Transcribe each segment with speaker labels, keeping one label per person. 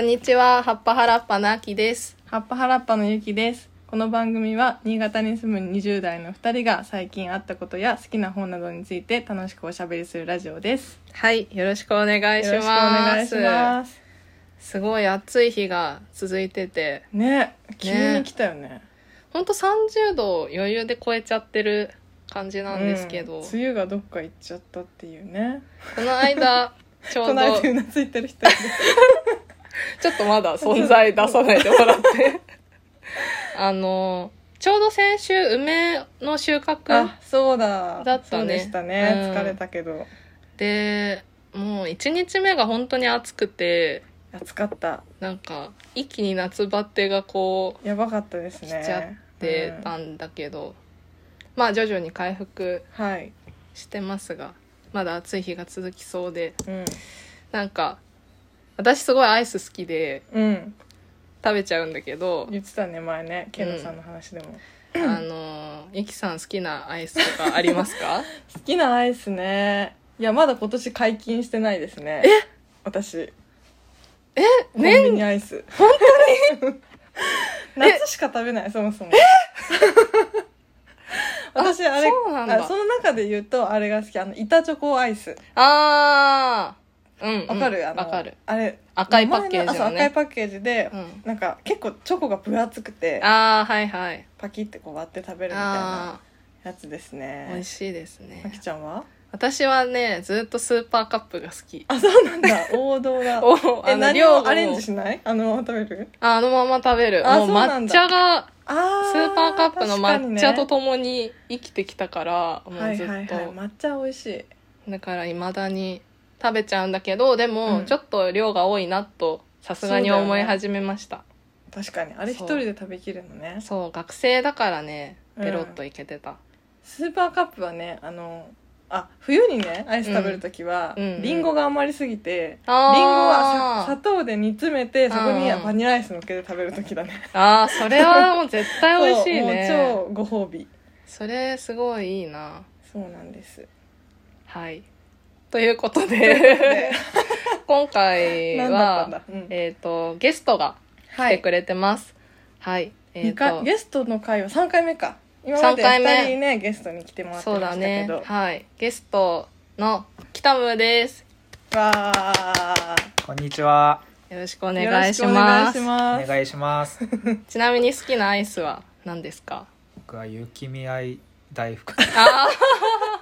Speaker 1: んにちは、葉っぱはらっぱなあきです。
Speaker 2: 葉っぱはらっぱのゆきです。この番組は新潟に住む20代の2人が最近あったことや好きな本などについて楽しくおしゃべりするラジオです。
Speaker 1: はい、よろしくお願いします。。
Speaker 2: よろしくお願いしますす。
Speaker 1: ごい暑い日が続いてて、
Speaker 2: ね、急に来たよね。
Speaker 1: ほんと30度を余裕で超えちゃってる感じなんですけど、
Speaker 2: うん
Speaker 1: こ
Speaker 2: 梅雨がどっか行っちゃったっていうね。
Speaker 1: の 間、ちょうど、
Speaker 2: 隣でうなずいて る人いる。
Speaker 1: ちょっとまだ存在出さないでもらって。 あの、ちょうど先週、梅の収穫
Speaker 2: あ、そうだ。
Speaker 1: だったね
Speaker 2: そうでしたね。
Speaker 1: うん
Speaker 2: 疲れたけど。
Speaker 1: で、もう1日目が本当に暑くて、
Speaker 2: 暑かった。
Speaker 1: なんか、一気に夏バテがこう、
Speaker 2: やばかったですね。
Speaker 1: 来ちゃってたんだけど、まあ徐々に回復
Speaker 2: うんはい。
Speaker 1: してますがまだ暑い日が続きそうで
Speaker 2: うん。
Speaker 1: なんか私すごいアイス好きで
Speaker 2: うん。
Speaker 1: 食べちゃうんだけど
Speaker 2: 言ってたね、前ね。ケンドさんの話でも。
Speaker 1: あのゆきさん好きなアイスとかあります か
Speaker 2: 好きなアイスねいやまだ今年解禁してないですね
Speaker 1: え
Speaker 2: 私コンビ
Speaker 1: 年
Speaker 2: ニアイス本当に 夏しか食べないそもそもえ 私あれ
Speaker 1: そうなんだ
Speaker 2: あその中で言うとあれが好きあの板チョコアイス
Speaker 1: あーうんうん
Speaker 2: わかる、あの
Speaker 1: わかる
Speaker 2: あれ
Speaker 1: 赤いパッケージのね
Speaker 2: 名前あそう赤いパッケージで、
Speaker 1: うん
Speaker 2: なんか結構チョコが分厚くて
Speaker 1: ああはいはい
Speaker 2: パキってこう割って食べるみたいな
Speaker 1: あ
Speaker 2: やつです
Speaker 1: あ美
Speaker 2: ね
Speaker 1: 味しいです
Speaker 2: あ
Speaker 1: ね
Speaker 2: きちゃんは
Speaker 1: 私はねずっとスーパーカップが好き
Speaker 2: あそうなんだ王道だ
Speaker 1: おあ
Speaker 2: え
Speaker 1: の
Speaker 2: 何
Speaker 1: 量
Speaker 2: を
Speaker 1: も
Speaker 2: アレンジしないあのまま食べる
Speaker 1: あのまま食べる
Speaker 2: あ
Speaker 1: もう
Speaker 2: そうなん
Speaker 1: 抹
Speaker 2: だ
Speaker 1: 茶が
Speaker 2: あ
Speaker 1: スーパーカップの抹茶とともに生きてきたから
Speaker 2: も
Speaker 1: もうずっと、
Speaker 2: はいはいはい、抹茶美味しい
Speaker 1: だからいまだに食べちゃうんだけどで
Speaker 2: う
Speaker 1: も
Speaker 2: ん
Speaker 1: ちょっと量が多いなとさすがに思い始めました
Speaker 2: 確かにあれ一
Speaker 1: そう
Speaker 2: 人で食べきるのね
Speaker 1: そう,、学生だからね
Speaker 2: うん
Speaker 1: ペロッといけてた、
Speaker 2: スーパーカップはねあのあ冬にねアイス食べる時は、
Speaker 1: うんうん
Speaker 2: リンゴが余りすぎて、
Speaker 1: あー
Speaker 2: リンゴはさ砂糖で煮詰めてそこに
Speaker 1: うんうん
Speaker 2: バニラアイスのっけて食べる時だね
Speaker 1: ああそれはもう絶対美味しい
Speaker 2: そう
Speaker 1: ね
Speaker 2: もう超ご褒美
Speaker 1: それすごいいいな
Speaker 2: そうなんです
Speaker 1: はいということ
Speaker 2: で
Speaker 1: で今回
Speaker 2: 何だったん
Speaker 1: は
Speaker 2: だ、うん
Speaker 1: えっ、とゲストが来
Speaker 2: は
Speaker 1: て
Speaker 2: い
Speaker 1: くれてますはい、え
Speaker 2: 二
Speaker 1: ー
Speaker 2: 回
Speaker 1: と
Speaker 2: ゲストの回は3回目か今まで
Speaker 1: 三回目
Speaker 2: 2人ねゲストに来てもらって
Speaker 1: そ
Speaker 2: ま
Speaker 1: う
Speaker 2: した
Speaker 1: だ
Speaker 2: けど
Speaker 1: ね。はい。ゲストの北村です。
Speaker 2: わあ
Speaker 3: こんにちは。
Speaker 1: よろしくお願
Speaker 2: よ
Speaker 1: い
Speaker 2: ろ
Speaker 1: し
Speaker 2: くお願
Speaker 1: ま
Speaker 2: い
Speaker 1: す。
Speaker 2: し
Speaker 3: お
Speaker 2: ます。
Speaker 3: 願いします。
Speaker 1: ちなみに好きなアイスは何です か？
Speaker 3: 僕は雪見あい大福。
Speaker 1: あ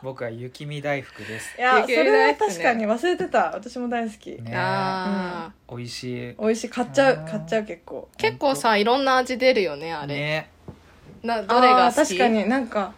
Speaker 3: 僕は雪見大福です。
Speaker 2: いや、
Speaker 1: ゆ
Speaker 2: そ
Speaker 1: きり
Speaker 2: れ
Speaker 1: 大
Speaker 2: は
Speaker 1: 好きね
Speaker 2: 確かに忘れてた。私も大好き。
Speaker 1: ー
Speaker 3: ね
Speaker 1: あ
Speaker 3: 美味しい。
Speaker 2: 美味しい。買っちゃ
Speaker 3: あ
Speaker 2: う。
Speaker 3: ー
Speaker 2: 買っちゃう結構。
Speaker 1: ー。結構さ、いろんな味出るよねあれ。
Speaker 3: ね。
Speaker 1: などれが
Speaker 2: あー
Speaker 1: 好き？
Speaker 2: 確かになんか、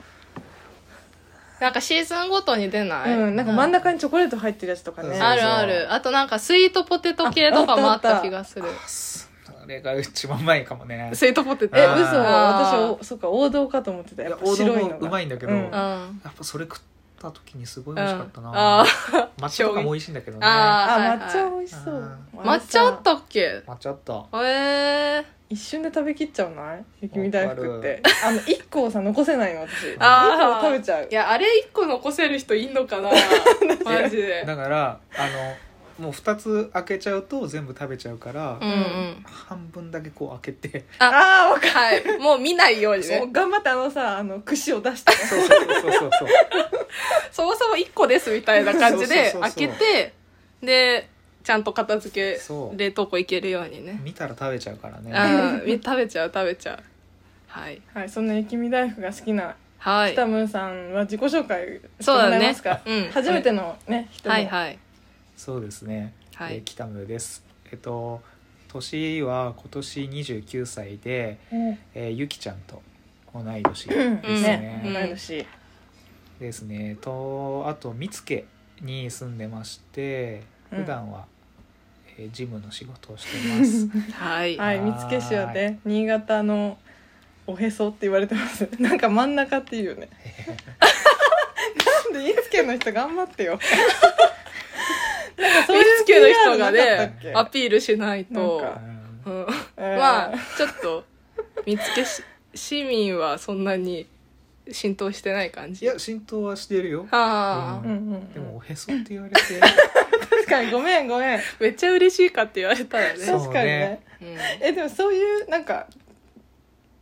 Speaker 1: なんかシーズンごとに出ない？
Speaker 2: うん、なんか真ん中にチョコレート入ってるやつとかね。
Speaker 1: ある
Speaker 3: そうそう
Speaker 1: ある。あとなんかスイートポテト系とかもあった気がす る。
Speaker 3: それが一番うまいかもね。
Speaker 1: スイートポテト。
Speaker 2: え、
Speaker 3: あー
Speaker 2: 嘘私
Speaker 1: あー
Speaker 2: お、そうか、王道かと思ってた。
Speaker 3: い
Speaker 2: やっ
Speaker 3: や
Speaker 2: ぱ
Speaker 3: 王道
Speaker 2: 白いの
Speaker 3: もう
Speaker 2: が。
Speaker 3: まいんだけど、
Speaker 2: うん
Speaker 1: う
Speaker 3: やっ
Speaker 1: ん。
Speaker 3: ぱそれ食った時にす
Speaker 1: うん。
Speaker 3: ごい美味しかった
Speaker 1: あ
Speaker 3: な。
Speaker 1: ー
Speaker 3: 抹茶とかも美味しいんだけどね。
Speaker 1: あ
Speaker 2: あ、
Speaker 1: はいはい
Speaker 2: 抹茶美味しそう
Speaker 3: あ。
Speaker 2: あれ
Speaker 1: 抹
Speaker 2: さ
Speaker 1: 茶あったっけ？
Speaker 3: 抹茶あった。
Speaker 1: ええ
Speaker 2: 一瞬で食べきっちゃうない雪見大福っ
Speaker 3: わ
Speaker 2: て。あの、一個をさ、残せないの、私。
Speaker 1: あー
Speaker 2: 一個を食べちゃう
Speaker 1: い。やあれ一個残せる人いんのかなマジで
Speaker 3: だからあのもう二つ開けちゃうと全部食べちゃうから、
Speaker 1: うんうん
Speaker 3: 半分だけこう開けて。
Speaker 2: ああ、わか
Speaker 1: はいもう見ないように
Speaker 2: る。そ
Speaker 1: ね
Speaker 2: う頑張ってあのさ、あの、串を出して。
Speaker 3: そう そうそうそうそう。
Speaker 1: そもそも1個ですみたいな感じで
Speaker 3: そうそう
Speaker 1: 開
Speaker 3: そうそ
Speaker 1: け
Speaker 3: う
Speaker 1: てでちゃんと片付け
Speaker 3: そう
Speaker 1: 冷凍庫いけるようにね
Speaker 3: 見たら食べちゃうからね。
Speaker 1: うんみ食べちゃう食べちゃうはい
Speaker 2: はい、そんな雪見大福が好きな
Speaker 1: はい
Speaker 2: 北村さんは自己紹介して
Speaker 1: そう
Speaker 2: も
Speaker 1: だ
Speaker 2: らえ
Speaker 1: ね
Speaker 2: ますか、
Speaker 1: うん
Speaker 2: 初めてのね人の
Speaker 1: はいはい
Speaker 3: そうですね。
Speaker 1: はい
Speaker 3: えー北村です。えっと年は今年29歳で、
Speaker 2: うん
Speaker 3: えーゆきちゃんと同い年です
Speaker 2: ね
Speaker 3: ね。
Speaker 1: うん
Speaker 2: 同い年
Speaker 3: ですね。とあと見附に住んでまして、
Speaker 2: うん
Speaker 3: 普段は、えー事務の仕事をしてます。
Speaker 1: はい
Speaker 2: はい
Speaker 3: は
Speaker 2: 見
Speaker 3: い
Speaker 2: 附市はね新潟のおへそって言われてます なんか真ん中っていうよ ねなんで見附の人頑張って よなんかそう
Speaker 1: 見
Speaker 2: いう
Speaker 1: つけの人
Speaker 2: PR
Speaker 1: が
Speaker 2: なか
Speaker 1: ね
Speaker 2: ったっけ
Speaker 1: アピールしないと
Speaker 2: なんか
Speaker 3: うん
Speaker 1: うん
Speaker 2: えー
Speaker 1: まあちょっと見つけし市民はそんなに浸透してない感
Speaker 3: い
Speaker 1: じ
Speaker 3: や浸透はしてるよ。
Speaker 1: ああ、
Speaker 2: うんうんうん
Speaker 3: でもおへそって言われて
Speaker 2: 確かにごめんごめん
Speaker 1: めっちゃ嬉しいかって言われたらね
Speaker 3: そう
Speaker 2: 確かにね
Speaker 1: うん
Speaker 2: えでもそういうなんか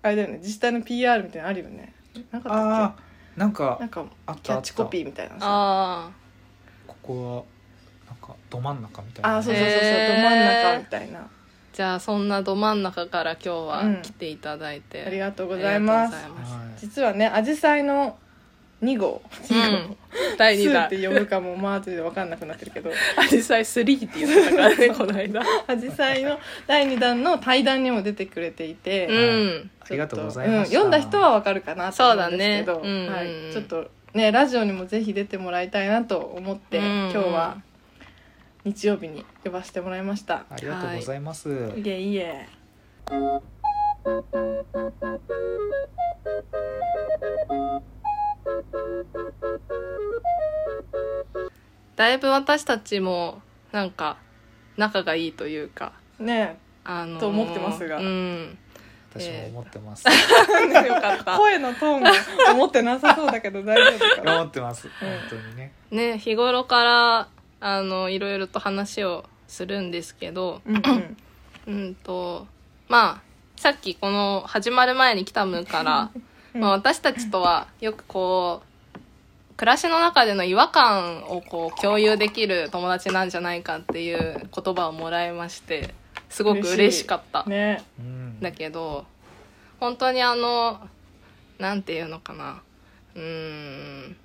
Speaker 2: あれだよね自治体の PR みたいなのあるよねなかったっ
Speaker 3: ああなんか
Speaker 2: けなんか
Speaker 3: あった
Speaker 2: キャッチコピ
Speaker 3: ー
Speaker 2: ーみたいなさ
Speaker 1: あ
Speaker 3: ここはなんかど真ん中みたいな
Speaker 2: あーそうそうそうそう、
Speaker 1: へー
Speaker 2: ど真ん中みたいな
Speaker 1: ーじゃあそんなど真ん中から今日は来ていただいて、
Speaker 2: ありがとうございます
Speaker 1: ありがとうございま
Speaker 3: はい
Speaker 2: 実はねアジサイの2号
Speaker 1: すうん、第
Speaker 2: 2
Speaker 1: 2
Speaker 2: って
Speaker 1: 弾
Speaker 2: 呼ぶかもまあとで分かんなくなってるけど
Speaker 1: アジサイ3って言ってたから ねこの間
Speaker 2: アジサイの第2弾の対談にも出てくれていて、
Speaker 1: う
Speaker 2: ちょっ
Speaker 1: ん
Speaker 3: ありがとうございます、
Speaker 2: うん、読んだ人はわかるかなと思うんですけど、
Speaker 1: そうだねうん
Speaker 2: はい、ちょっとねラジオにもぜひ出てもらいたいなと思って、
Speaker 1: うん
Speaker 2: 今日は日曜日に呼ばせてもらいました
Speaker 3: ありがとうございます、
Speaker 2: いえいえ
Speaker 1: だいぶ私たちもなんか仲がいいというか
Speaker 2: ね
Speaker 1: あのー
Speaker 2: と思ってますが
Speaker 1: うん、
Speaker 3: 私も思ってます、
Speaker 1: よかっ
Speaker 2: え
Speaker 1: た
Speaker 2: 声のトーンが思ってなさそうだけど大丈夫か な
Speaker 3: 思って ます本当にね
Speaker 1: ね日頃からあのいろいろと話をするんですけど
Speaker 2: うんうん
Speaker 1: うんとまあさっきこの始まる前に来たむ から、
Speaker 2: うん
Speaker 1: まあ、私たちとはよくこう暮らしの中での違和感をこう共有できる友達なんじゃないかっていう言葉をもらいましてすごく嬉しかった。
Speaker 2: ね
Speaker 3: うん
Speaker 1: だけど本当にあのなんていうのかなうーん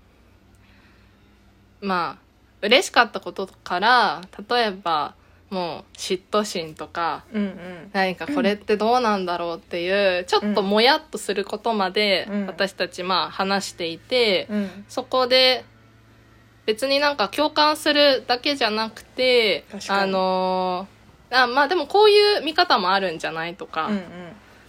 Speaker 1: まあ嬉しかったことから例えばもう嫉妬心とか
Speaker 2: うんうん
Speaker 1: 何かこれってどうなんだろうっていうちょっともやっとすることまで
Speaker 2: うん
Speaker 1: 私たちまあ話していて、
Speaker 2: うん
Speaker 1: そこで別になんか共感するだけじゃなくて
Speaker 2: 確かに
Speaker 1: あのあまあでもこういう見方もあるんじゃないとか、
Speaker 2: うんうん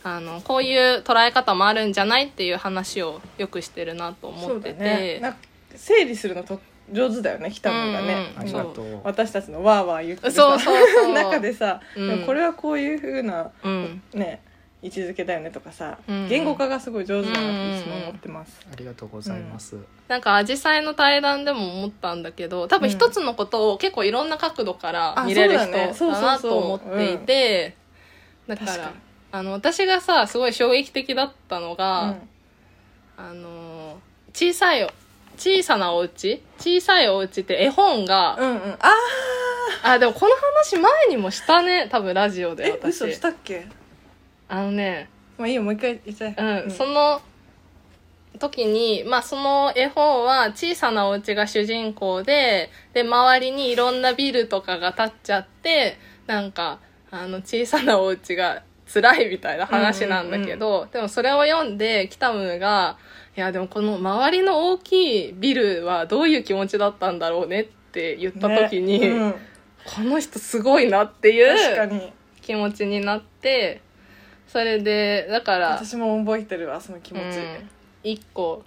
Speaker 1: あのこういう捉え方もあるんじゃないっていう話をよくしてるなと
Speaker 2: そ
Speaker 1: 思っ
Speaker 2: うだ
Speaker 1: てて、
Speaker 2: ねなんか整理するのと上手だよね北野がね、
Speaker 1: うん
Speaker 3: ありがとう
Speaker 2: 私たちのわーわー言ってるさ
Speaker 1: そうそうそう
Speaker 2: 中でさ、
Speaker 1: うん
Speaker 2: でもこれはこういうふうな
Speaker 1: うん、
Speaker 2: ね位置づけだよねとかさ、
Speaker 1: うん
Speaker 2: 言語化がすごい上手だなっていつも思ってます。
Speaker 3: ありがとうございます、
Speaker 1: なんかアジサイの対談でも思ったんだけど多分一つのことを結構いろんな角度から見れる
Speaker 2: あ
Speaker 1: 人
Speaker 2: そうだねそうそう
Speaker 1: だ
Speaker 2: そう
Speaker 1: なと思っていてだから
Speaker 2: 確かに
Speaker 1: あの私がさすごい衝撃的だったの
Speaker 2: う
Speaker 1: が、
Speaker 2: ん
Speaker 1: あの小さい小さなお家小さいお家って絵本 が、
Speaker 2: うんうん、あ
Speaker 1: あでもこの話前にもしたね多分ラジオで
Speaker 2: え
Speaker 1: 私
Speaker 2: 嘘したっけ
Speaker 1: あのね
Speaker 2: まあいいよもう一回言っちゃえ
Speaker 1: うん
Speaker 2: うん
Speaker 1: その時に、まあ、その絵本は小さなお家が主人公でで周りにいろんなビルとかが建っちゃってなんかあの小さなお家が辛いみたいな話なんだけど、でもそれを読んでキタムが「いやでもこの周りの大きいビルはどういう気持ちだったんだろうね」って言った時に、
Speaker 2: ねうん
Speaker 1: この人すごいなってい
Speaker 2: 確か
Speaker 1: う
Speaker 2: に
Speaker 1: 気持ちになってそれでだから。
Speaker 2: 私も覚えてるわその気持ち、
Speaker 1: うん一個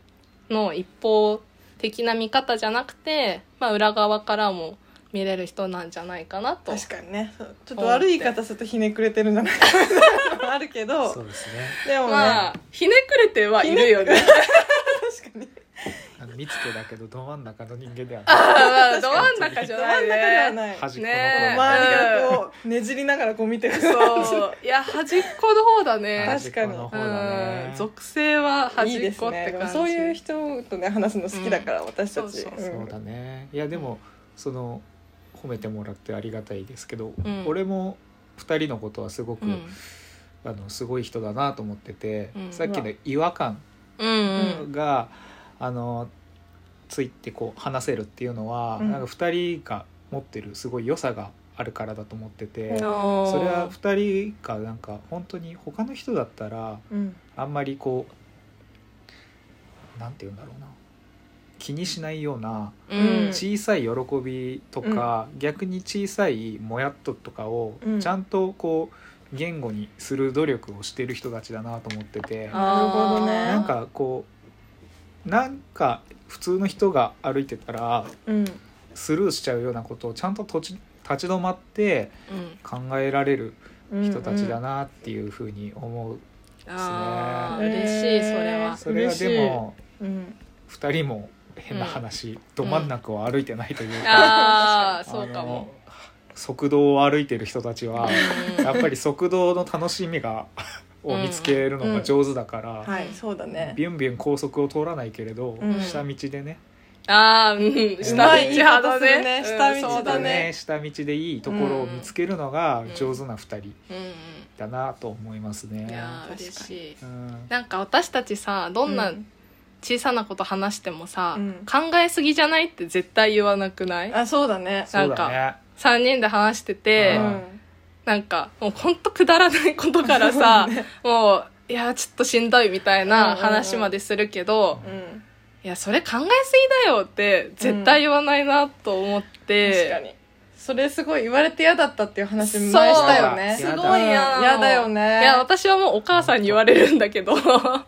Speaker 1: の一方的な見方じゃなくて、まあ、裏側からも見れる人なんじゃないかなと
Speaker 2: 確かにねそうちょっと悪い言い方するとひねくれてるんじゃないか なのもあるけど
Speaker 3: そうですね
Speaker 2: でもね、
Speaker 1: まあひねくれてはいるよね
Speaker 2: 確かに
Speaker 3: あの見つけだけどど真ん中の人間では
Speaker 1: あ まあ
Speaker 3: な
Speaker 1: ど真ん中じ
Speaker 2: ど
Speaker 1: ゃ
Speaker 2: 真
Speaker 1: ない
Speaker 2: ん中では
Speaker 1: ね
Speaker 2: ない
Speaker 3: い
Speaker 2: 周
Speaker 3: 端っこの
Speaker 1: ね
Speaker 2: り
Speaker 3: 方
Speaker 1: え
Speaker 2: がこうねじりながらこう見てくる
Speaker 1: そういや端っこの方だね
Speaker 2: 確かに
Speaker 3: 端っこの方だ
Speaker 1: う
Speaker 3: ね
Speaker 1: ん属性はい
Speaker 2: い
Speaker 1: 端
Speaker 2: で
Speaker 1: っ
Speaker 2: す
Speaker 1: こっ
Speaker 2: ね
Speaker 1: て
Speaker 2: でも
Speaker 1: 感じ
Speaker 2: そういう人とね話すの好きだから、私た
Speaker 1: そ
Speaker 2: ち
Speaker 1: うそう
Speaker 2: う
Speaker 1: そ
Speaker 2: ん
Speaker 3: そうだねいやでもその褒めてもらってありがたいですけど、
Speaker 1: ん
Speaker 3: 俺も2人のことはすごく、
Speaker 1: うん
Speaker 3: あのすごい人だなと思ってて、
Speaker 1: うん
Speaker 3: さっきの違和感
Speaker 1: うんうん
Speaker 3: が、あのついてこう話せるっていうのは、
Speaker 2: うん
Speaker 3: なんか2人が持ってるすごい良さがあるからだと思ってて、
Speaker 2: うん
Speaker 1: そ
Speaker 3: それは2人がなんか本当に他の人だったら
Speaker 2: うん
Speaker 3: あんまりこうなんて言うんだろうな気にしないような
Speaker 1: うん
Speaker 3: 小さい喜びとか、逆に小さいもやっととかを
Speaker 2: うん
Speaker 3: ちゃんとこう言語にする努力をしてる人たちだなと思ってて、
Speaker 1: あ
Speaker 2: なるほどねー
Speaker 3: なんかこうなんか普通の人が歩いてたら
Speaker 2: うん
Speaker 3: スルーしちゃうようなことをちゃんととち立ち止まって
Speaker 1: うん
Speaker 3: 考えられる
Speaker 2: うん
Speaker 3: 人たちだなっていうふうに思う、
Speaker 1: あー
Speaker 2: ですね
Speaker 1: 嬉しいそれは
Speaker 3: それはでも
Speaker 2: うん
Speaker 3: 2人も変な話、ど真ん中を歩いてないというか、
Speaker 1: ああ
Speaker 3: あの
Speaker 1: そうかも
Speaker 3: 側道を歩いてる人たちは
Speaker 1: うん
Speaker 3: やっぱり側道の楽しみがを見つけるのが上手だから、
Speaker 2: はいそうだね
Speaker 3: ビュンビュン高速を通らないけれど、
Speaker 2: うん
Speaker 3: 下道でね
Speaker 1: ああうん下道
Speaker 3: まい
Speaker 1: 派だ
Speaker 2: 言い方する
Speaker 1: ね
Speaker 2: ね
Speaker 1: うん
Speaker 2: 下道
Speaker 1: そう
Speaker 2: だ
Speaker 1: だね
Speaker 2: ね
Speaker 3: 下道でいいところを見つけるのが上手な2人
Speaker 1: うん
Speaker 3: だなと思います
Speaker 1: うんい
Speaker 3: ね。
Speaker 1: やー
Speaker 2: 確かに
Speaker 1: 嬉しい
Speaker 3: うん
Speaker 1: なんか私たちさどんな
Speaker 2: うん
Speaker 1: 小さなこと話してもさ、
Speaker 2: うん
Speaker 1: 考えすぎじゃないって絶対言わなくない
Speaker 2: あそうだね
Speaker 3: そうだね
Speaker 1: 3人で話して
Speaker 2: う
Speaker 1: て、
Speaker 3: あー
Speaker 2: ん
Speaker 1: なんかもうほんとくだらないことからさ、
Speaker 2: そうだね
Speaker 1: もういやちょっとしんどいみたいな話までするけど、
Speaker 2: うん
Speaker 1: いやそれ考えすぎだよって絶対言わないなと思っ
Speaker 2: 確か
Speaker 1: て、
Speaker 2: にそれすごい言われて嫌だったっていう話前したよね
Speaker 1: す
Speaker 3: そう
Speaker 1: ごい嫌な
Speaker 2: う
Speaker 1: の
Speaker 2: ん嫌だよね
Speaker 1: いや私はもうお母さんに言われるんだけ ど
Speaker 2: なんか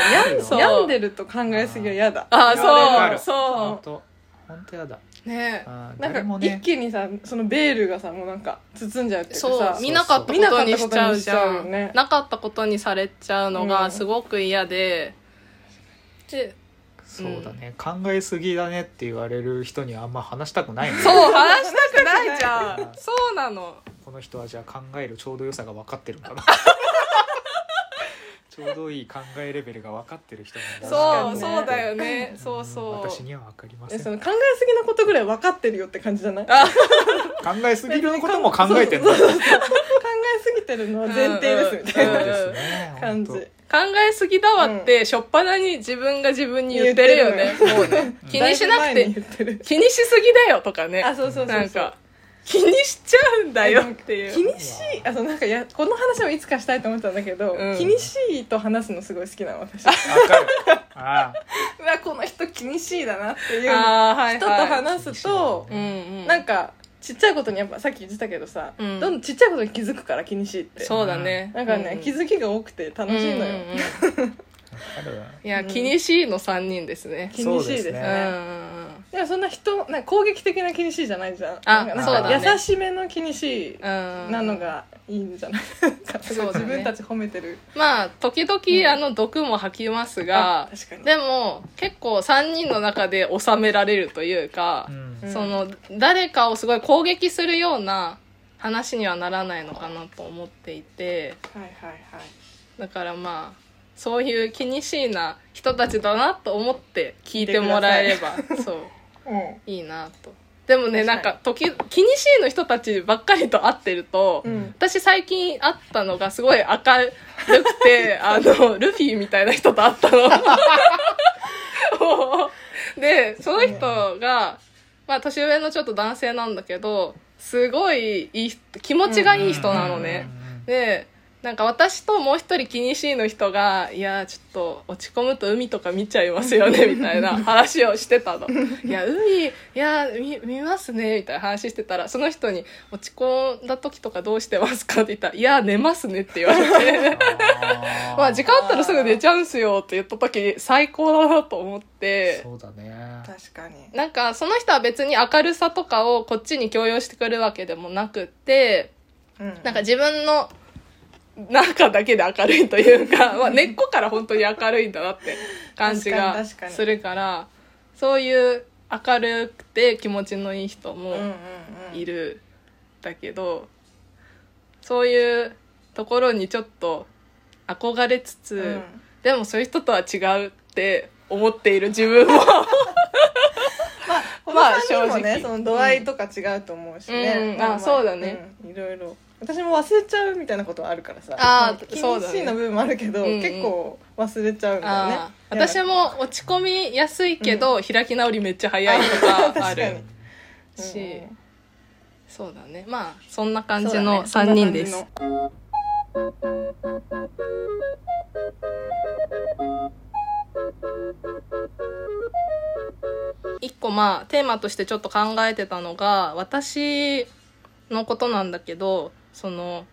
Speaker 2: 病ん
Speaker 1: そう
Speaker 2: 病んでると考えすぎは嫌だ
Speaker 1: あ
Speaker 3: いやわか
Speaker 1: あ
Speaker 3: る
Speaker 1: そう
Speaker 3: 本
Speaker 1: そ
Speaker 3: 当本当やだ
Speaker 1: うね
Speaker 3: あー
Speaker 2: なん
Speaker 3: 誰
Speaker 2: か
Speaker 3: も
Speaker 2: 一
Speaker 3: ね
Speaker 2: 気にさそのベールがさもうなんか包んじゃうっていうか
Speaker 1: そう
Speaker 2: さ
Speaker 1: 見なかったことにしちゃうじゃ
Speaker 2: 見なかったことにしちゃうよ
Speaker 1: ん
Speaker 2: ね
Speaker 1: なかったことにされちゃうの
Speaker 2: う
Speaker 1: が
Speaker 2: ん
Speaker 1: すごく嫌で、で
Speaker 3: そうだね、考えすぎだねって言われる人にはあんま話したくないね
Speaker 1: そう話したくないじゃんそうなの
Speaker 3: この人はじゃあ考えるちょうど良さが分かってるんだ なちょうどいい考えレベルが分かってる人なんだ
Speaker 1: そ
Speaker 2: か
Speaker 1: う
Speaker 2: にね
Speaker 1: そうだよ
Speaker 3: う
Speaker 1: ね
Speaker 3: ん
Speaker 1: そうそう
Speaker 3: 私には分かりませ
Speaker 2: え
Speaker 3: ん
Speaker 2: そ
Speaker 3: 考
Speaker 2: の考えすぎなことぐらい分かってるよって感じじゃない考
Speaker 1: あ
Speaker 3: えすぎることも考えてるんだ
Speaker 2: そうそうそう考えすぎてるのは前提ですみたい
Speaker 1: うん
Speaker 2: な
Speaker 1: うん
Speaker 3: そうですね
Speaker 2: 感じ
Speaker 3: 本
Speaker 1: 考えすぎだわって、初っ端に自分が自分に言ってるよね
Speaker 2: 言っ
Speaker 1: もう ね気にしなく
Speaker 2: だいぶ前に
Speaker 1: て
Speaker 2: 言ってる
Speaker 1: 気にしすぎだよとかね
Speaker 2: あそうそうそうそう
Speaker 1: なんか気にしちゃうんだよっていう
Speaker 2: 気にしいあそうなんかやこの話をいつかしたいと思ったんだけど、
Speaker 1: うん
Speaker 2: 気にしいと話すのすごい好きなの 私う
Speaker 3: 当分かるあ
Speaker 2: わこの人気にしいだなっていう
Speaker 1: あーはい
Speaker 2: 人と
Speaker 1: は
Speaker 2: 話すと、
Speaker 1: い、うんうん、
Speaker 2: なんかちっちゃいことにやっぱさっき言ってたけどさ、
Speaker 1: うん
Speaker 2: どんどんちっちゃいことに気づくから気にしいって
Speaker 1: そうだね
Speaker 2: なんかね、気づきが多くて楽しい
Speaker 1: うんうん
Speaker 2: のよ、
Speaker 1: うん
Speaker 3: あ分かる
Speaker 1: いや、
Speaker 2: うん
Speaker 1: 気にしいの3人ですね
Speaker 2: 気にしいです
Speaker 3: そうで
Speaker 1: う
Speaker 2: ね
Speaker 3: す
Speaker 1: んうんうん
Speaker 2: でもそんな人なんか攻撃的な気にしいじゃないじゃん
Speaker 1: あ
Speaker 2: なんか
Speaker 3: そうだね
Speaker 2: 優しめの気にしい
Speaker 1: うん
Speaker 2: なのがいいんじゃないか、すごい
Speaker 1: そうだね
Speaker 2: 自分たち褒めてる
Speaker 1: まあ時々、
Speaker 2: ん
Speaker 1: あの毒も吐きますが
Speaker 2: あ確かに
Speaker 1: でも結構3人の中で収められるというか
Speaker 3: う、ん
Speaker 2: うん
Speaker 1: その誰かをすごい攻撃するような話にはならないのかなと思っていて
Speaker 2: はいはいはい
Speaker 1: だからまあそういう気にしいな人たちだなと思って聞いてもらえればそう
Speaker 2: うん
Speaker 1: いいなとでもね
Speaker 2: 確かに
Speaker 1: なんか時気にしいの人たちばっかりと会ってると、
Speaker 2: うん
Speaker 1: 私最近会ったのがすごい明るく てあのルフィみたいな人と会ったの もうでその人が、まあ、年上のちょっと男性なんだけどすごいいい人気持ちがいい人なのね、でなんか私ともう一人気にしいの人が「いやーちょっと落ち込むと海とか見ちゃいますよね」みたいな話をしてたの「いや海いやー見見ますね」みたいな話してたらその人に「落ち込んだ時とかどうしてますか?」って言ったら「いやー寝ますね」って言わ れて
Speaker 3: あー
Speaker 1: まあ時間あったらすぐ寝ちゃうんすよって言った時最高だなと思って
Speaker 3: そうだね
Speaker 2: 確かに
Speaker 1: なんかその人は別に明るさとかをこっちに強要してくるわけでもなくって
Speaker 2: うん
Speaker 1: なんか自分の中だけで明るいという か、まあ、根っこから本当に明るいんだなって感じ
Speaker 2: 確か
Speaker 1: が
Speaker 2: に確かに
Speaker 1: するからそういう明るくて気持ちのいい人
Speaker 2: うんうん
Speaker 1: も
Speaker 2: うん
Speaker 1: いる、だけどそういうところにちょっと憧れつつ、
Speaker 2: うん
Speaker 1: でもそういう人とは違うって思っている自分も
Speaker 2: この
Speaker 1: まあ
Speaker 2: 3人も
Speaker 1: 正
Speaker 2: ね
Speaker 1: 直
Speaker 2: その度合いとか違うと思うし
Speaker 1: うん
Speaker 2: ね
Speaker 1: うんあそうだね
Speaker 2: うんいろいろ私も忘れちゃうみたいなことはあるからさ
Speaker 1: あー
Speaker 2: 気に
Speaker 1: そうだ
Speaker 2: し
Speaker 1: ね
Speaker 2: いの部分もあるけど
Speaker 1: うんうん
Speaker 2: 結構忘れちゃうんだよね
Speaker 1: あー私も落ち込みやすいけど、開き直りめっちゃ早いとかあ
Speaker 2: 確かに
Speaker 1: る
Speaker 2: うん
Speaker 1: し。
Speaker 2: うんうん
Speaker 1: そうだねまあそんな感じ
Speaker 2: そうだね
Speaker 1: の3人です、
Speaker 2: そんな感
Speaker 1: 1個まあテーマとしてちょっと考えてたのが私のことなんだけどその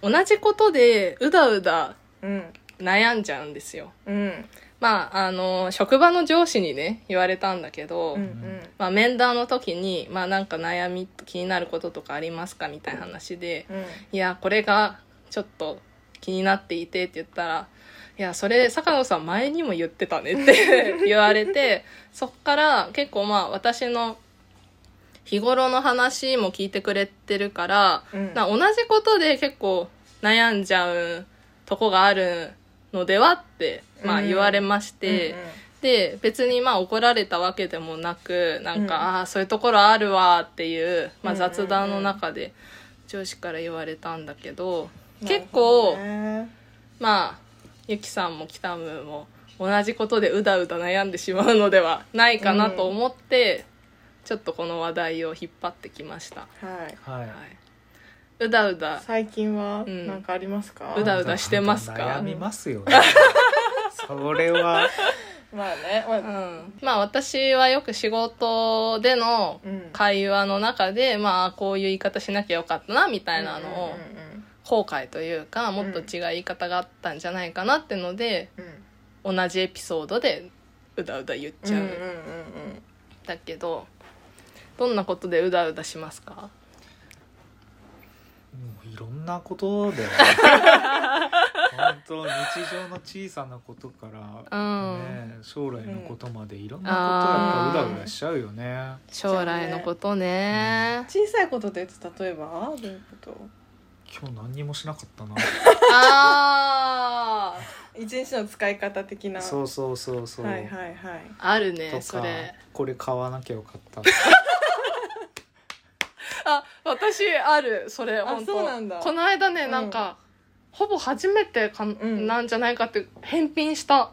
Speaker 1: 同じことでうだうだ
Speaker 2: じの
Speaker 1: 悩んじゃうんですよ
Speaker 2: うんうん
Speaker 1: まああの職場の上司にね言われたんだけど、
Speaker 2: うんうん
Speaker 1: まあ、面談の時に、まあ、なんか悩み気になることとかありますかみたいな話で、
Speaker 2: うん
Speaker 1: いやこれがちょっと気になっていてって言ったら「いやそれ坂野さん前にも言ってたね」って 言われてそっから結構まあ私の日頃の話も聞いてくれてるから、
Speaker 2: うん
Speaker 1: な同じことで結構悩んじゃうとこがあるのではって、まあ、
Speaker 2: うん
Speaker 1: 言われまして。で別にまあ怒られたわけでもなくなんか、
Speaker 2: うん
Speaker 1: ああそういうところあるわっていう、まあ、
Speaker 2: うんうんうん
Speaker 1: 雑談の中で上司から言われたんだけど
Speaker 2: うん
Speaker 1: 結構、
Speaker 2: なる
Speaker 1: まあゆきさんもきたむも同じことでうだうだ悩んでしまうのではないかなと思って、ちょっとこの話題を引っ張ってきました、は
Speaker 2: ほどねはい
Speaker 3: はい、
Speaker 1: い、うだうだ
Speaker 2: 最近は
Speaker 1: うん
Speaker 2: なんかありますか、
Speaker 1: うだうだしてますか
Speaker 3: 悩みますよねそれは
Speaker 2: まあね、ま
Speaker 1: う
Speaker 2: あ
Speaker 1: んまあ私はよく仕事での
Speaker 2: うん
Speaker 1: 会話の中で、まあこういう言い方しなきゃよかったなみたいなのを
Speaker 2: うんうん
Speaker 1: 後悔というかもっと違う言い方があったんじゃないかなってので
Speaker 2: うんうん
Speaker 1: 同じエピソードでうだうだ言っちゃう、
Speaker 2: うんうんうんうん
Speaker 1: だけどどんなことでうだうだしますか
Speaker 3: もういろんなことで本当日常の小さなことから、
Speaker 1: うん、
Speaker 3: ね、将来のことまでいろんな
Speaker 1: あ
Speaker 3: こと
Speaker 1: ー
Speaker 3: やっぱうだうだしちゃうよね。
Speaker 1: 将来のことね
Speaker 2: 小さいことで言うと例えばどういうこと
Speaker 3: 今日何にもしなかっ たな。
Speaker 1: あ ー
Speaker 2: 一日の使い方的な
Speaker 3: そうそうそうそう。
Speaker 2: はいはいはい
Speaker 1: ある
Speaker 3: と
Speaker 1: ね
Speaker 3: か
Speaker 1: それ
Speaker 3: これ買わなきゃよか った。
Speaker 1: あ私あるそれ
Speaker 2: あ
Speaker 1: 本当
Speaker 2: そうなんだ
Speaker 1: この間ね
Speaker 2: うん
Speaker 1: なんか、ほぼ初めてか、
Speaker 2: ん
Speaker 1: なんじゃないかって返品した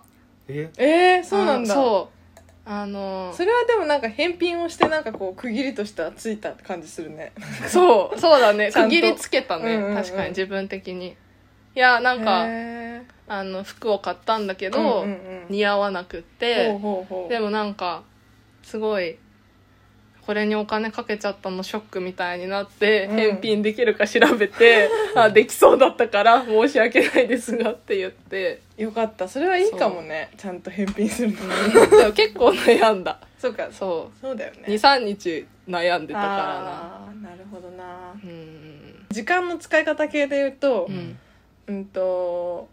Speaker 3: え、
Speaker 2: えー、そうなんだ
Speaker 1: あそうあの
Speaker 2: それはでもなんか返品をしてなんかこう区切りとしたついた感じするね
Speaker 1: そうそうだね
Speaker 2: ちゃん
Speaker 1: 区切
Speaker 2: と
Speaker 1: りつけたね、
Speaker 2: うんうんうん
Speaker 1: 確かに自分的にいやなん
Speaker 2: へ
Speaker 1: か
Speaker 2: ー
Speaker 1: あの服を買ったんだけど、
Speaker 2: うんうんうん
Speaker 1: 似合わなくっ
Speaker 2: ほう
Speaker 1: て
Speaker 2: ほうほう
Speaker 1: でもなんかすごいこれにお金かけちゃったのショックみたいになって、
Speaker 2: うん
Speaker 1: 返品できるか調べてあできそうだったから申し訳ないですがって言って
Speaker 2: よかったそれはいいかもねちゃんと返品するの
Speaker 1: でも結構悩んだ
Speaker 2: そうかそ
Speaker 1: そう
Speaker 2: だよね
Speaker 1: 23日悩んでたか
Speaker 2: あーなるほどな
Speaker 1: らなうん
Speaker 2: 時間の使い方系で言うと、
Speaker 1: う
Speaker 2: うんん、と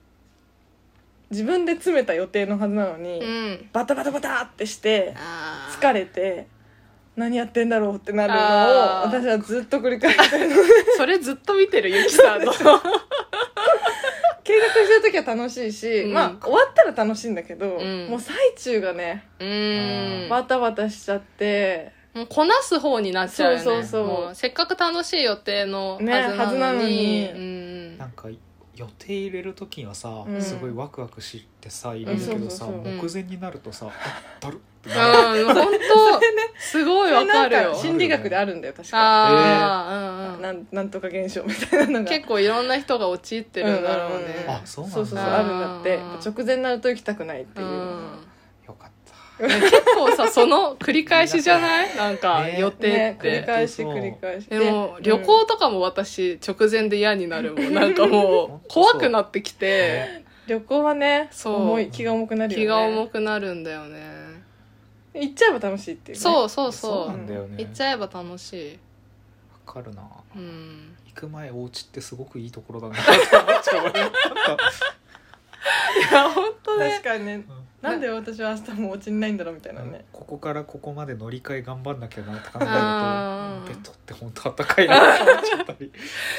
Speaker 2: 自分で詰めた予定のはずなのに、
Speaker 1: うん
Speaker 2: バタバタバタってして
Speaker 1: あー
Speaker 2: 疲れて何やってんだろうってなるの
Speaker 1: あー
Speaker 2: を私はずっと繰り返 してる
Speaker 1: それずっと見てるゆきさん の
Speaker 2: 計画してる時は楽しいし、
Speaker 1: うん
Speaker 2: まあ終わったら楽しいんだけど、
Speaker 1: うん
Speaker 2: もう最中がね
Speaker 1: うーん
Speaker 2: バタバタしちゃって、
Speaker 1: もうこなす方になっちゃうよね
Speaker 2: そうそうそう
Speaker 1: もせっかく楽しい予定のはず
Speaker 2: ね
Speaker 1: なのに,、
Speaker 2: はずなのに
Speaker 1: うん
Speaker 3: なんか予定入れる時にはさ、
Speaker 2: うん
Speaker 3: すごいワクワクしてさ入れるけどさ、
Speaker 2: うんそうそう
Speaker 1: そう
Speaker 3: 目前になるとさ、あだるってなる。
Speaker 1: うん本当、すごいわかる
Speaker 2: それなん
Speaker 1: よ
Speaker 2: か心理学であるんだよ確か
Speaker 1: ああ、うんうん
Speaker 2: なんなんとか現象みたいなのが
Speaker 1: 結構いろんな人が陥ってるんだろうね、
Speaker 2: んんん
Speaker 3: あそうなんだ
Speaker 2: そうそうそうあるんだって
Speaker 1: あー
Speaker 2: 直前になると行きたくないっていう、
Speaker 3: よかった。
Speaker 1: うんね結構さその繰り返しじゃないなんか
Speaker 3: ね
Speaker 1: 予定
Speaker 2: ね
Speaker 1: っ、
Speaker 2: 繰
Speaker 1: て、
Speaker 2: り返し
Speaker 3: そうそう
Speaker 2: 繰り返し
Speaker 1: でも旅行とかも私直前で嫌になるもんなんかもう
Speaker 3: 本当そう
Speaker 1: 怖くなってきて
Speaker 3: ね
Speaker 2: 旅行はね
Speaker 1: そう
Speaker 2: 重い気が重くなるよね
Speaker 1: 気が重くなるんだよね
Speaker 2: 行っちゃえば楽しいっていう、ね、
Speaker 1: そうそう
Speaker 3: そう
Speaker 1: そ
Speaker 3: な
Speaker 1: うん
Speaker 3: だよね。
Speaker 1: 行っちゃえば楽しい
Speaker 3: わかるな。
Speaker 1: うん
Speaker 3: 行く前お家ってすごくいいところだなって思っちゃう俺なんか
Speaker 1: いや本当
Speaker 2: 確
Speaker 1: ね
Speaker 2: かにねなんで私は明日もうお家にないんだろうみたいなね
Speaker 3: ここからここまで乗り換え頑張んなきゃなって考
Speaker 1: あ
Speaker 3: え
Speaker 1: ー
Speaker 3: るとベッドって本当あったかいなって思っちゃったり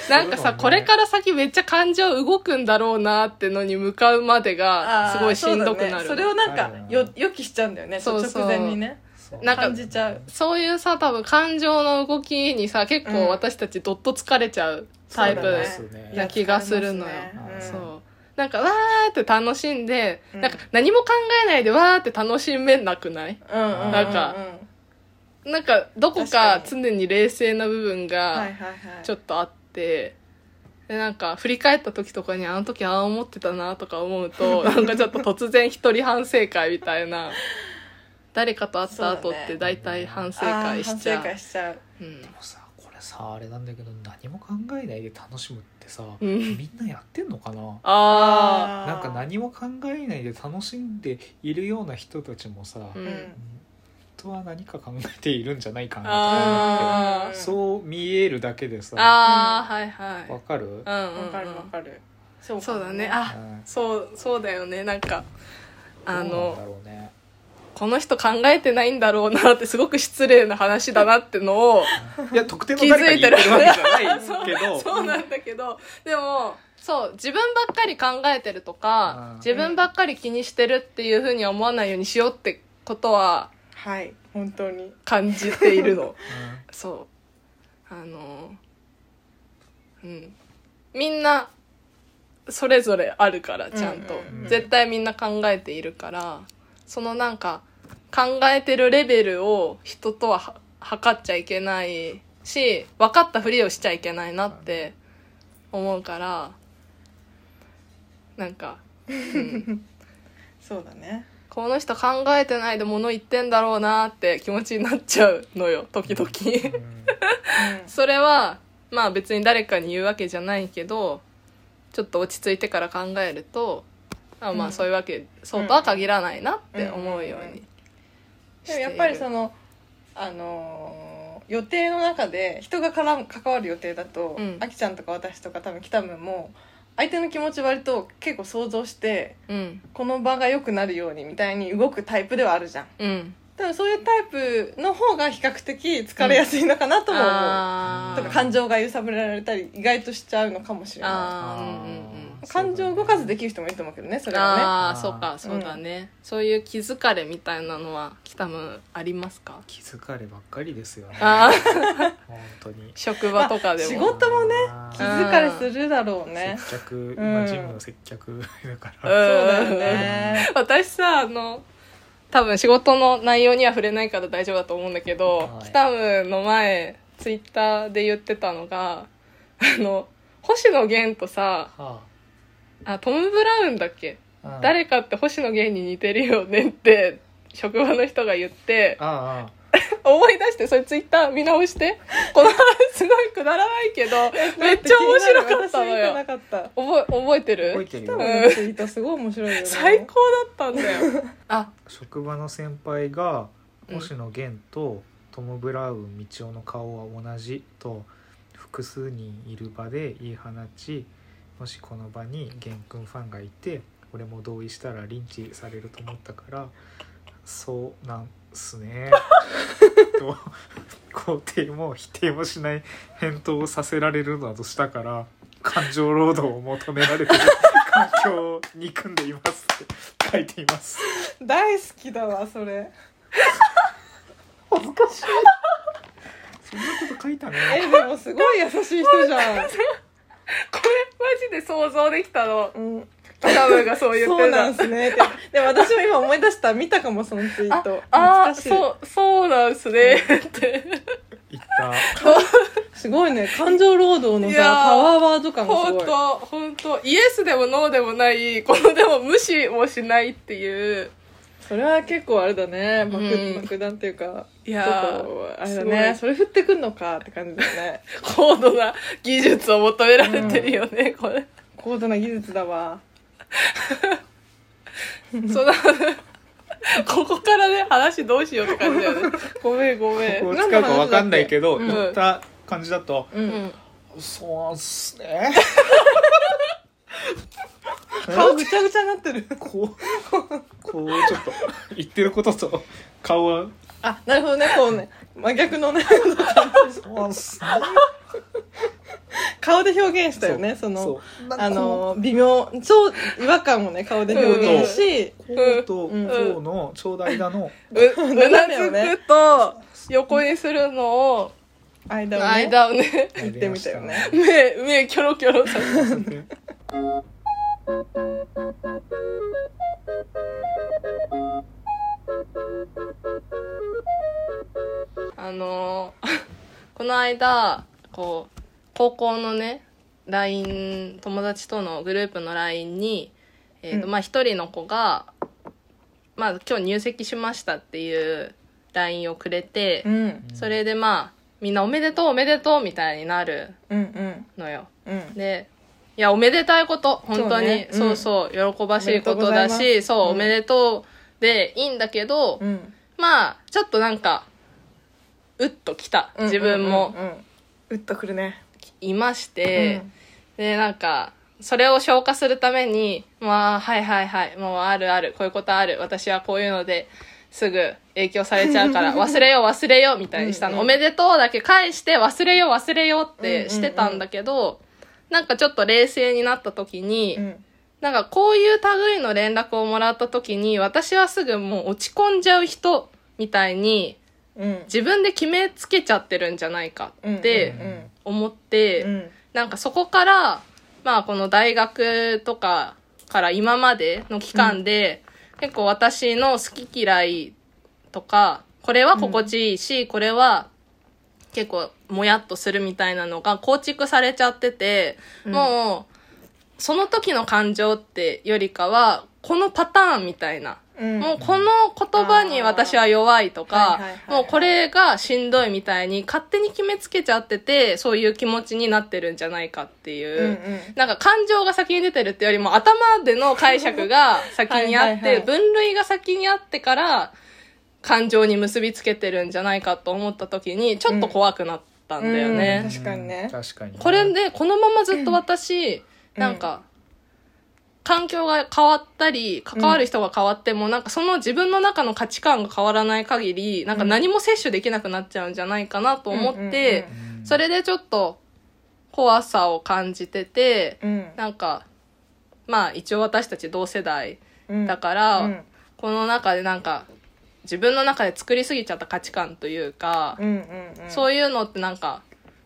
Speaker 1: なんかさこれから先めっちゃ感情動くんだろうなってのに向かうまでが
Speaker 2: あー
Speaker 1: すごいしんどくな
Speaker 2: そうだね
Speaker 1: る
Speaker 2: それをなん
Speaker 3: わか
Speaker 2: か
Speaker 3: る
Speaker 2: よ予期しちゃうんだよね
Speaker 1: そうそう
Speaker 2: 直前にね
Speaker 3: そう
Speaker 1: なんか
Speaker 2: 感じちゃう
Speaker 1: そういうさ多分感情の動きにさ結
Speaker 2: うん
Speaker 1: 構私たちどっと疲れちゃうタイプ
Speaker 2: そうだね
Speaker 3: ね
Speaker 1: な気がするのよ
Speaker 2: 疲れますねうん
Speaker 1: そうなんかわーって楽しんで、
Speaker 2: うん
Speaker 1: なんか何も考えないでわーって楽しめなくない
Speaker 2: うんうんうんうん
Speaker 1: なんかなんかどこか常に冷静な部分
Speaker 2: はいはい
Speaker 1: が
Speaker 2: はい
Speaker 1: ちょっとあって、でなんか振り返った時とかにあの時ああ思ってたなとか思う となんかちょっと突然一人反省会みたいな誰かと会った後っ
Speaker 2: そうだ
Speaker 1: て
Speaker 2: ね
Speaker 1: 大体反省
Speaker 2: あー
Speaker 1: 会しちゃ
Speaker 2: 反省会しちゃう
Speaker 1: う。うん
Speaker 3: もうさこれさあれなんだけど何も考えないで楽しむってさ
Speaker 1: う
Speaker 3: み
Speaker 1: ん
Speaker 3: んなやってんのかな
Speaker 1: ああ
Speaker 3: なんか何も考えないで楽しんでいるような人たちもさ
Speaker 1: う
Speaker 3: 本
Speaker 2: うん
Speaker 1: ん
Speaker 3: 当は何か考えているんじゃないかな
Speaker 1: あ
Speaker 3: って
Speaker 2: ー
Speaker 3: そう見えるだけで
Speaker 1: ー
Speaker 3: さ
Speaker 1: あーはいはい
Speaker 3: わかる
Speaker 1: うんうんうん
Speaker 2: わかるわかるそか
Speaker 1: そうだねあ
Speaker 3: うん
Speaker 1: そうそうだよねなんかあ
Speaker 3: どうなんだ
Speaker 1: の
Speaker 3: ろうね
Speaker 1: この人考えてないんだろうなってすごく失礼な話だなってのを
Speaker 3: いや特定の誰かに言ってるわけじゃないけど
Speaker 1: そうなんだけどでもそう自分ばっかり考えてると
Speaker 3: うん
Speaker 1: か自分ばっかり気にしてるっていうふうに思わないようにしようってことは
Speaker 2: はい本当に
Speaker 1: 感じているの。
Speaker 3: うん
Speaker 1: そうあのうんみんなそれぞれあるからちゃんと、
Speaker 2: うんうん
Speaker 3: うん
Speaker 1: 絶対みんな考えているからそのなんか考えてるレベルを人とはは測っちゃいけないし分かったふりをしちゃいけないなって思うからなんか、 うん、
Speaker 2: そうだね
Speaker 1: この人考えてないで物言ってんだろうなって気持ちになっちゃうのよ時々。
Speaker 3: うん
Speaker 1: それはまあ別に誰かに言うわけじゃないけどちょっと落ち着いてから考えるとあま
Speaker 2: うん
Speaker 1: あそういうわけ、そうとは限らないなって思うように
Speaker 2: でもやっぱり
Speaker 1: してい
Speaker 2: そ
Speaker 1: る
Speaker 2: のあのー予定の中で人が絡む関わる予定だと、
Speaker 1: うん
Speaker 2: あきちゃんとか私とか多分北むも相手の気持ち割と結構想像して
Speaker 1: うん
Speaker 2: この場が良くなるようにみたいに動くタイプではあるじゃん
Speaker 1: うん
Speaker 2: 多分そういうタイプの方が比較的疲れやすいのかなとも思う、
Speaker 1: あ
Speaker 2: と
Speaker 1: ー
Speaker 2: か感情が揺さぶられたり意外としちゃうのかもしれな
Speaker 1: あーうんうんうん
Speaker 2: い感情を動かずできる人もいると思うけどねそれはね
Speaker 1: あー
Speaker 3: あー
Speaker 1: そうかそうだね、そういう気づかれみたいなのは北むありますか
Speaker 3: 気づかればっかりです よね
Speaker 1: あー
Speaker 3: 本当に
Speaker 1: 職場とかでも
Speaker 2: 仕事もね
Speaker 3: あ
Speaker 2: 気
Speaker 3: ー
Speaker 2: 疲れするだろうね
Speaker 3: 接客
Speaker 2: うん
Speaker 3: 今ジムの接客だか
Speaker 1: う
Speaker 3: ら
Speaker 1: ん
Speaker 2: そうだよね
Speaker 1: 私さあの多分仕事の内容には触れないから大丈夫だと思うんだけど、
Speaker 3: はい
Speaker 1: キタムの前ツイッターで言ってたのがあの星野源とさ
Speaker 3: は
Speaker 1: あトム・ブラウンだっけ、
Speaker 3: あうん
Speaker 1: 誰かって星野源に似てるよねって職場の人が言って
Speaker 3: あ
Speaker 1: 思い出してそれツイッター見直してこの話すごいくだらないけどめっちゃ面白かったの
Speaker 2: 私見てな
Speaker 1: よ
Speaker 2: かった
Speaker 1: 覚え覚えて
Speaker 3: ああ覚え
Speaker 1: る
Speaker 3: てる
Speaker 2: 多
Speaker 3: よ
Speaker 1: ん
Speaker 2: 分ツイートすごい面白いよね
Speaker 1: 最高だったんだ よあ
Speaker 3: 職場の先輩が
Speaker 1: うん
Speaker 3: 星野源とトム・ブラウン道夫の顔は同じと複数人いる場で言い放ちもしこの場に源くんファンがいて俺も同意したらリンチされると思ったからそうなんす ねと肯定も否定もしない返答をさせられるなどしたから感情労働を求めら れてる環境を憎んでいますって書いています。
Speaker 2: 大好きだわそ れ
Speaker 3: そんなこと書いたね。
Speaker 2: えでもすごい優しい人じゃん、
Speaker 1: これマジで想像できたの
Speaker 2: うん、
Speaker 1: キタムがそう言っ
Speaker 2: そ
Speaker 1: て
Speaker 2: うな
Speaker 1: た
Speaker 2: んすねってでも私も今思い出した見たかもそのツイート
Speaker 1: ああ
Speaker 2: 懐かしい
Speaker 1: そうそうなんすねって
Speaker 3: 言った。
Speaker 2: すごいね感情労働の
Speaker 1: い
Speaker 2: さ
Speaker 1: やー
Speaker 2: パワーワード感がす
Speaker 1: 本
Speaker 2: ごい
Speaker 1: 当本当イエスでもノーでもないこのでも無視もしないっていう
Speaker 2: それは結構あれだね爆,、
Speaker 1: うん
Speaker 2: 爆弾っていうか
Speaker 1: い
Speaker 2: ちょっ
Speaker 1: や
Speaker 2: とあれだね
Speaker 1: す
Speaker 2: それ振ってくんのかって感じだよね
Speaker 1: 高度な技術を求められてるよね、これ
Speaker 2: 高度な技術だわ
Speaker 1: その ここからね話どうしようって感じだよねごめんごめん
Speaker 3: こう使うかわかんないけど、
Speaker 2: うん
Speaker 3: 言った感じだと、
Speaker 2: う
Speaker 1: うん ん
Speaker 3: そうっすね。
Speaker 2: 顔ぐちゃぐちゃになってる
Speaker 3: こう、こうちょっと言ってることと顔は、
Speaker 2: あなるほどねこうね真逆のね
Speaker 3: そうっすね。
Speaker 2: 顔で表現したよねその
Speaker 3: そうなんか
Speaker 2: あの微妙超違和感をね顔で表現し、
Speaker 3: こうとこ
Speaker 2: うん
Speaker 3: うのちょうど間の、
Speaker 1: ううなずくと横にするのを
Speaker 2: 間をね
Speaker 1: 間をね
Speaker 2: 言ってみたよね
Speaker 1: 目目キョロキョロさせて あの ーこの間こう高校のね LINE 友達とのグループの LINE に、えーと
Speaker 2: うん
Speaker 1: まあ、一人の子が、まあ、今日入籍しましたっていう LINE をくれて、
Speaker 2: うんうん
Speaker 1: それでまあみんな「おめでとうおめでとう」みたいになる
Speaker 2: うん
Speaker 1: のよ。
Speaker 2: うん
Speaker 1: でいやおめでたいこと本当にそう,、
Speaker 2: そうねう
Speaker 1: そ
Speaker 2: ん
Speaker 1: う喜ばしいこと
Speaker 2: おめでとうござい
Speaker 1: だ
Speaker 2: ま
Speaker 1: し
Speaker 2: す
Speaker 1: そう、
Speaker 2: うん
Speaker 1: おめでとうでいいんだけど、
Speaker 2: うん
Speaker 1: まあちょっとなんかうっときた自分も
Speaker 2: うんうんうんうっとくるね
Speaker 1: いまして、
Speaker 2: うん
Speaker 1: でなんかそれを消化するために、まあ、はいはいはい、もうあるある、こういうことある、私はこういうのですぐ影響されちゃう から、忘れよう忘れようみたいにしたの。
Speaker 2: うんうん
Speaker 1: おめでとうだけ返して、忘れよう忘れようってしてたんだけど、なんかちょっと冷静になった時に、
Speaker 2: うん
Speaker 1: なんかこういう類の連絡をもらった時に、私はすぐもう落ち込んじゃう人みたいに、
Speaker 2: うん
Speaker 1: 自分で決めつけちゃってるんじゃないかっ
Speaker 2: う
Speaker 1: て
Speaker 2: んうん
Speaker 1: 思って、
Speaker 2: うん
Speaker 1: なんかそこから、まあこの大学とかから今までの期間で、結構私の好き嫌いとか、これは心地いいし、これは結構もやっとするみたいなのが構築されちゃってて、
Speaker 2: うん
Speaker 1: もう、その時の感情ってよりかは、このパターンみたいな。
Speaker 2: うん
Speaker 1: もうこの言葉に私は弱いと
Speaker 2: あー
Speaker 1: か
Speaker 2: はいはいはい、はい
Speaker 1: もうこれがしんどいみたいに勝手に決めつけちゃってて、そういう気持ちになってるんじゃないかっていう。
Speaker 2: うんうん
Speaker 1: なんか感情が先に出てるってよりも頭での解釈が先にあっ
Speaker 2: はいはいは
Speaker 1: て
Speaker 2: い
Speaker 1: 分類が先にあってから感情に結びつけてるんじゃないかと思った時にちょっと怖くなったんだよね、
Speaker 2: うん確かにね
Speaker 3: うん確かに
Speaker 1: これでこのままずっと私、
Speaker 2: うん
Speaker 1: なんか環境が変わったり関わる人が変わっても、なんかその自分の中の価値観が変わらない限りなんか何も摂取できなくなっちゃうんじゃないかなと思って、
Speaker 2: うんうんうん
Speaker 3: うん
Speaker 1: それでちょっと怖さを感じてて、
Speaker 2: うん
Speaker 1: なんかまあ一応私たち同世代
Speaker 2: うん
Speaker 1: だから、
Speaker 2: うん
Speaker 1: この中でなんか自分の中で作りすぎちゃった価値観というか
Speaker 2: う、んうんうん
Speaker 1: そういうのってなんか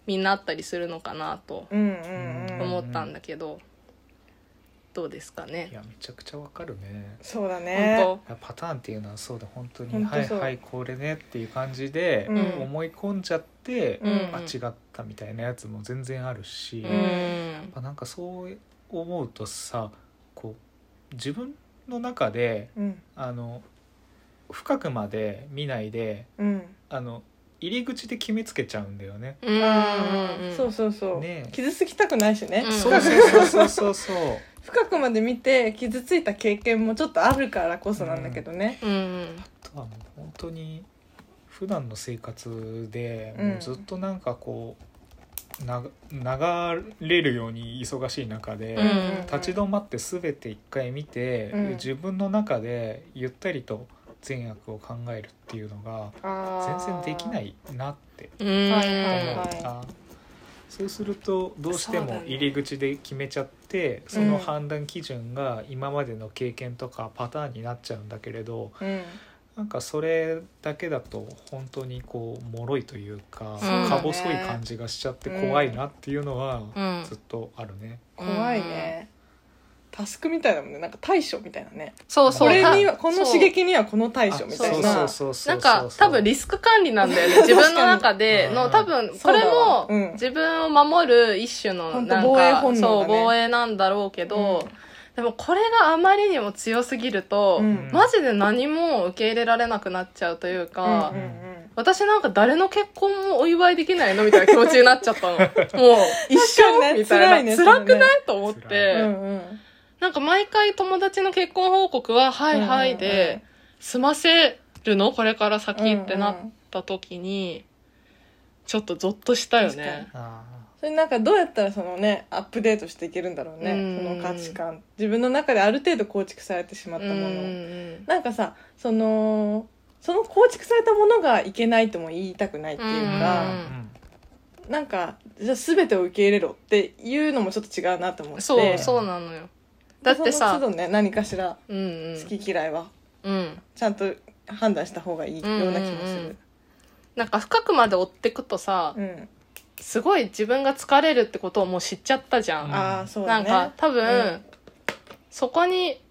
Speaker 1: みんなあったりするのかなと
Speaker 2: うんうんうん
Speaker 1: 思ったんだけど、どうですかね
Speaker 3: いやめちゃくちゃわかるね
Speaker 2: そうだね
Speaker 1: 本
Speaker 3: パターンっていうのはそうで本当に
Speaker 2: 本
Speaker 3: は
Speaker 2: 当
Speaker 3: い
Speaker 2: そう
Speaker 3: はいこれねっていう感じで
Speaker 2: うん
Speaker 3: 思い込んじゃって、
Speaker 1: 当、
Speaker 2: うん
Speaker 3: あ違ったみたいなやつも全然あるし、
Speaker 1: う
Speaker 3: やっ
Speaker 1: ん
Speaker 3: ぱなんかそう思うとさこう自分の中で
Speaker 2: うん
Speaker 3: あの深くまで見ないで
Speaker 2: うん
Speaker 3: あの入り口で決めつけちゃうんだよね。
Speaker 1: うん
Speaker 2: あーそうそうそう
Speaker 3: ねえ
Speaker 2: 傷つきたくないしね
Speaker 1: うん
Speaker 3: そうそうそうそうそう。
Speaker 2: 深くまで見て傷ついた経験もちょっとあるからこそなんだけどね
Speaker 1: うんうん
Speaker 3: あとはもう本当に普段の生活で
Speaker 2: うん
Speaker 3: もうずっとなんかこうな流れるように忙しい中で、
Speaker 1: うん
Speaker 3: 立ち止まって全て一回見て、
Speaker 2: うん
Speaker 3: 自分の中でゆったりと善悪を考えるっていうのが
Speaker 2: あー
Speaker 3: 全然できないなって
Speaker 1: うん
Speaker 2: はい
Speaker 3: 思
Speaker 2: は
Speaker 3: っ
Speaker 2: いはい
Speaker 3: た、そうするとどうして
Speaker 1: そうだ
Speaker 3: も
Speaker 1: ね
Speaker 3: 入り口で決めちゃってそ,、の判断基準が今までの経験とかパターンになっちゃうんだけれど
Speaker 2: うん
Speaker 3: なんかそれだけだと本当にこう脆いというか、
Speaker 1: そうだね
Speaker 3: か細い感じがしちゃって怖いなっていうのは
Speaker 1: うん
Speaker 3: ずっとあるね。
Speaker 2: 怖いねタスクみたいだもんねなんか対処みたいなね
Speaker 1: そうそ
Speaker 2: こ
Speaker 1: う
Speaker 2: れには
Speaker 1: た
Speaker 2: この刺激にはこの対
Speaker 3: あ
Speaker 2: 処
Speaker 3: そう
Speaker 2: みたいな
Speaker 3: そうそうそうそう
Speaker 1: なんか多分リスク管理なんだよ ね自分の中での多
Speaker 3: 確
Speaker 1: 分
Speaker 2: そ
Speaker 1: こ
Speaker 2: う
Speaker 1: れ
Speaker 2: だわ
Speaker 1: も
Speaker 2: うん
Speaker 1: 自分を守る一種の
Speaker 2: 本当
Speaker 1: なん
Speaker 2: 防衛
Speaker 1: か
Speaker 2: 本能
Speaker 1: そう
Speaker 2: だね
Speaker 1: 防衛なんだろうけ
Speaker 2: う
Speaker 1: ど
Speaker 2: ん
Speaker 1: でもこれがあまりにも強すぎると
Speaker 2: うん
Speaker 1: マジで何も受け入れられなくなっちゃうというか
Speaker 2: うんうんうん
Speaker 1: 私なんか誰の結婚もお祝いできないのみたいな気持ちになっちゃ ったのもう一緒
Speaker 2: 確かにね
Speaker 1: みた
Speaker 2: 辛
Speaker 1: いな
Speaker 2: いね
Speaker 1: 辛く
Speaker 2: それね
Speaker 1: ないと思っ
Speaker 3: 辛
Speaker 2: う
Speaker 1: て
Speaker 2: んうん
Speaker 1: なんか毎回友達の結婚報告は「はいはい」で。済ませるのこれから先ってなった時に、ちょっとゾッとしたよね。
Speaker 3: あ
Speaker 2: それなんかどうやったらそのねアップデートしていけるんだろうね、
Speaker 1: うん
Speaker 2: その価値観自分の中である程度構築されてしまったもの、なんかさそのその構築されたものがいけないとも言いたくないっていう
Speaker 3: ー
Speaker 2: か、なんかじゃあ全てを受け入れろっていうのもちょっと違うなと思って
Speaker 1: そうそうなのよ。だって
Speaker 2: そ
Speaker 1: さ
Speaker 2: の、都度ね何かしら
Speaker 1: うんうん
Speaker 2: 好き嫌いは
Speaker 1: うん、
Speaker 2: ちゃんと判断した方がいいような気もする
Speaker 1: なんか深くまで追ってくとさ、
Speaker 2: うん、
Speaker 1: すごい自分が疲れるってことをもう知っちゃったじゃん。
Speaker 2: ああそう
Speaker 1: なん
Speaker 2: だね
Speaker 1: か多分、
Speaker 2: うん
Speaker 1: そこに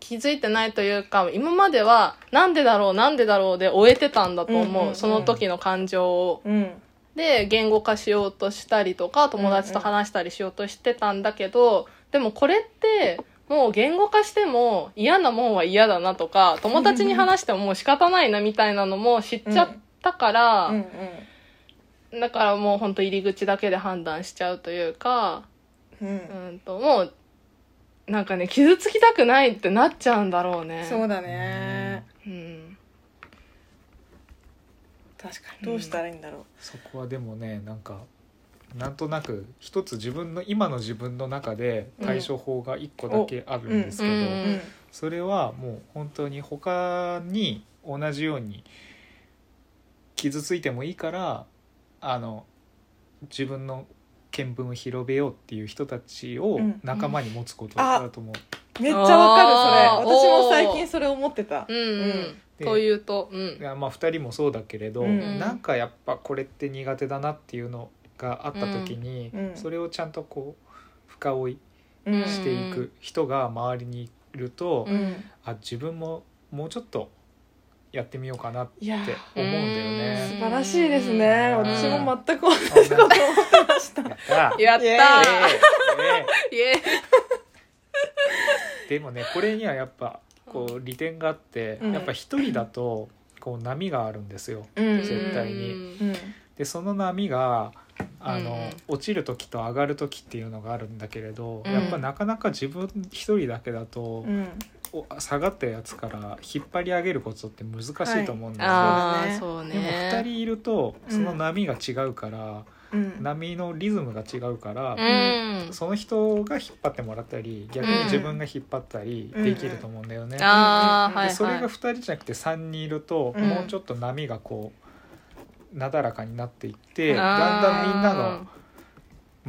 Speaker 1: 気づいてないというか今まではなんでだろうなんでだろうで終えてたんだと思う、
Speaker 2: うんうんうん
Speaker 1: その時の感情を。
Speaker 2: うん
Speaker 1: で言語化しようとしたりとか友達と話したりしようとしてたんだけど、でもこれってもう言語化しても嫌なもんは嫌だなとか友達に話してももう仕方ないなみたいなのも知っちゃったから、
Speaker 2: うんうん
Speaker 1: だからもうほんと入り口だけで判断しちゃうというか
Speaker 2: うん
Speaker 1: うんともうなんかね傷つきたくないってなっちゃうんだろうね。
Speaker 2: そうだ
Speaker 3: ー
Speaker 2: ね、
Speaker 1: うん
Speaker 2: 確かにどうしたらいいんだろう、
Speaker 3: そこはでもねなんかなんとなく一つ自分の今の自分の中で対処法が一個だけあるんですけど、
Speaker 1: うんうん
Speaker 2: うん
Speaker 3: それはもう本当に他に同じように傷ついてもいいからあの自分の見聞を広めようっていう人たちを
Speaker 2: うん
Speaker 3: 仲間に持つことだと思う、
Speaker 2: めっちゃわか
Speaker 1: あー
Speaker 2: るそれ私も最
Speaker 1: お
Speaker 2: 近
Speaker 1: ー
Speaker 2: それ思ってた
Speaker 1: うんうん
Speaker 2: うん
Speaker 3: で
Speaker 1: というと、うん
Speaker 3: い、やまあ2人もそうだけれど、
Speaker 2: うん
Speaker 3: なんかやっぱこれって苦手だなっていうのがあった時に、
Speaker 2: うんうん
Speaker 3: それをちゃんとこう深追い
Speaker 2: うん
Speaker 1: うん
Speaker 3: していく人が周りにいると、
Speaker 2: うん
Speaker 3: あ自分ももうちょっとやってみようかなって
Speaker 2: いや
Speaker 3: って思うんだよね
Speaker 2: 素晴らしいですね
Speaker 3: うん
Speaker 2: 私も全く同じこと思ってました
Speaker 3: やった
Speaker 1: やったー
Speaker 3: ね
Speaker 1: イエーイ
Speaker 3: でもねこれにはやっぱこう利点があって、
Speaker 2: うん
Speaker 3: やっぱ一人だとこう波があるんですよ。
Speaker 2: うん
Speaker 3: 絶対に
Speaker 1: うん
Speaker 2: うん
Speaker 3: でその波があの、
Speaker 1: うん
Speaker 3: 落ちる時と上がる時っていうのがあるんだけれど、
Speaker 1: うん
Speaker 3: やっぱなかなか自分一人だけだと
Speaker 2: う、ん
Speaker 3: お下がったやつから引っ張り上げることって難しいと思うんだよ、
Speaker 1: ああ
Speaker 2: ね
Speaker 1: そう
Speaker 3: でも
Speaker 1: ね
Speaker 3: 2人いると
Speaker 2: うん
Speaker 3: その波が違うから、
Speaker 2: うん
Speaker 3: 波のリズムが違うから、
Speaker 1: うん
Speaker 3: その人が引っ張ってもらったり逆に自分が引っ張ったりできると思うんだよね。
Speaker 1: あ
Speaker 2: うん
Speaker 1: あはい
Speaker 3: でそれ
Speaker 1: は
Speaker 3: が2
Speaker 1: い
Speaker 3: 人じゃなくて3人いると、
Speaker 2: うん
Speaker 3: もうちょっと波がこうなだらかになっていって
Speaker 1: あー
Speaker 3: だんだんみんなの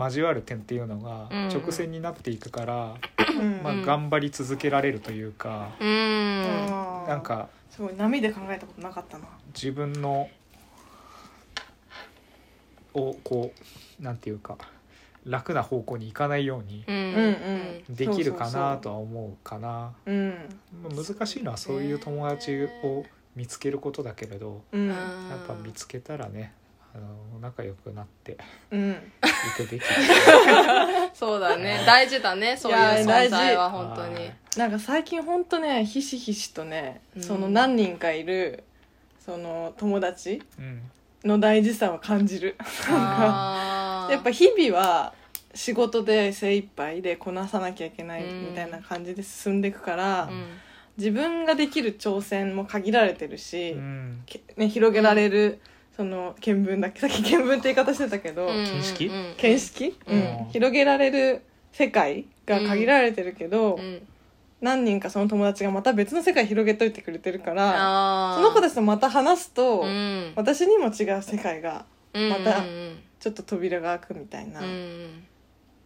Speaker 3: 交わる点っていうのが
Speaker 1: うん
Speaker 3: 直線になっていくから、
Speaker 2: うん
Speaker 3: まあ、頑張り続けられるというか、
Speaker 1: うん
Speaker 2: あー
Speaker 3: なんか
Speaker 2: すごい波で考えたことなかったな
Speaker 3: 自分のをこうなんていうか楽な方向に行かないように
Speaker 1: うんうん
Speaker 2: うんうん
Speaker 3: できるか
Speaker 2: そうそう
Speaker 3: な
Speaker 2: そう
Speaker 3: とは思うかな。
Speaker 2: うん
Speaker 3: まあ難しいのはそういう友達を見つけることだけれど、
Speaker 2: うん
Speaker 3: やっぱ見つけたらねあの仲良くなってい
Speaker 2: うん
Speaker 3: くべき
Speaker 1: そうだね大事だねそういう
Speaker 2: いや
Speaker 1: 存
Speaker 2: 大事
Speaker 1: 在は本当に
Speaker 2: なんか最近ほんとねひしひしとね
Speaker 1: うん
Speaker 2: その何人かいるその友達
Speaker 3: うん
Speaker 2: の大事さを感じる
Speaker 1: あー
Speaker 2: やっぱ日々は仕事で精一杯でこなさなきゃいけないみたいな感じで進んでいくから、
Speaker 1: うん
Speaker 2: 自分ができる挑戦も限られてるし、
Speaker 3: うん
Speaker 2: けね、広げられるその見聞だっけ さっき見聞って言い方してたけど、
Speaker 1: うん
Speaker 3: 見識
Speaker 1: うん
Speaker 2: 見識、うん
Speaker 3: うん
Speaker 2: 広げられる世界が限られてるけど、
Speaker 1: うん
Speaker 2: 何人かその友達がまた別の世界広げといてくれてるから
Speaker 1: あー
Speaker 2: その子たちとまた話すと、
Speaker 1: うん
Speaker 2: 私にも違う世界が
Speaker 1: うん
Speaker 2: また
Speaker 1: うん
Speaker 2: ちょっと扉が開くみたいな
Speaker 1: うんうん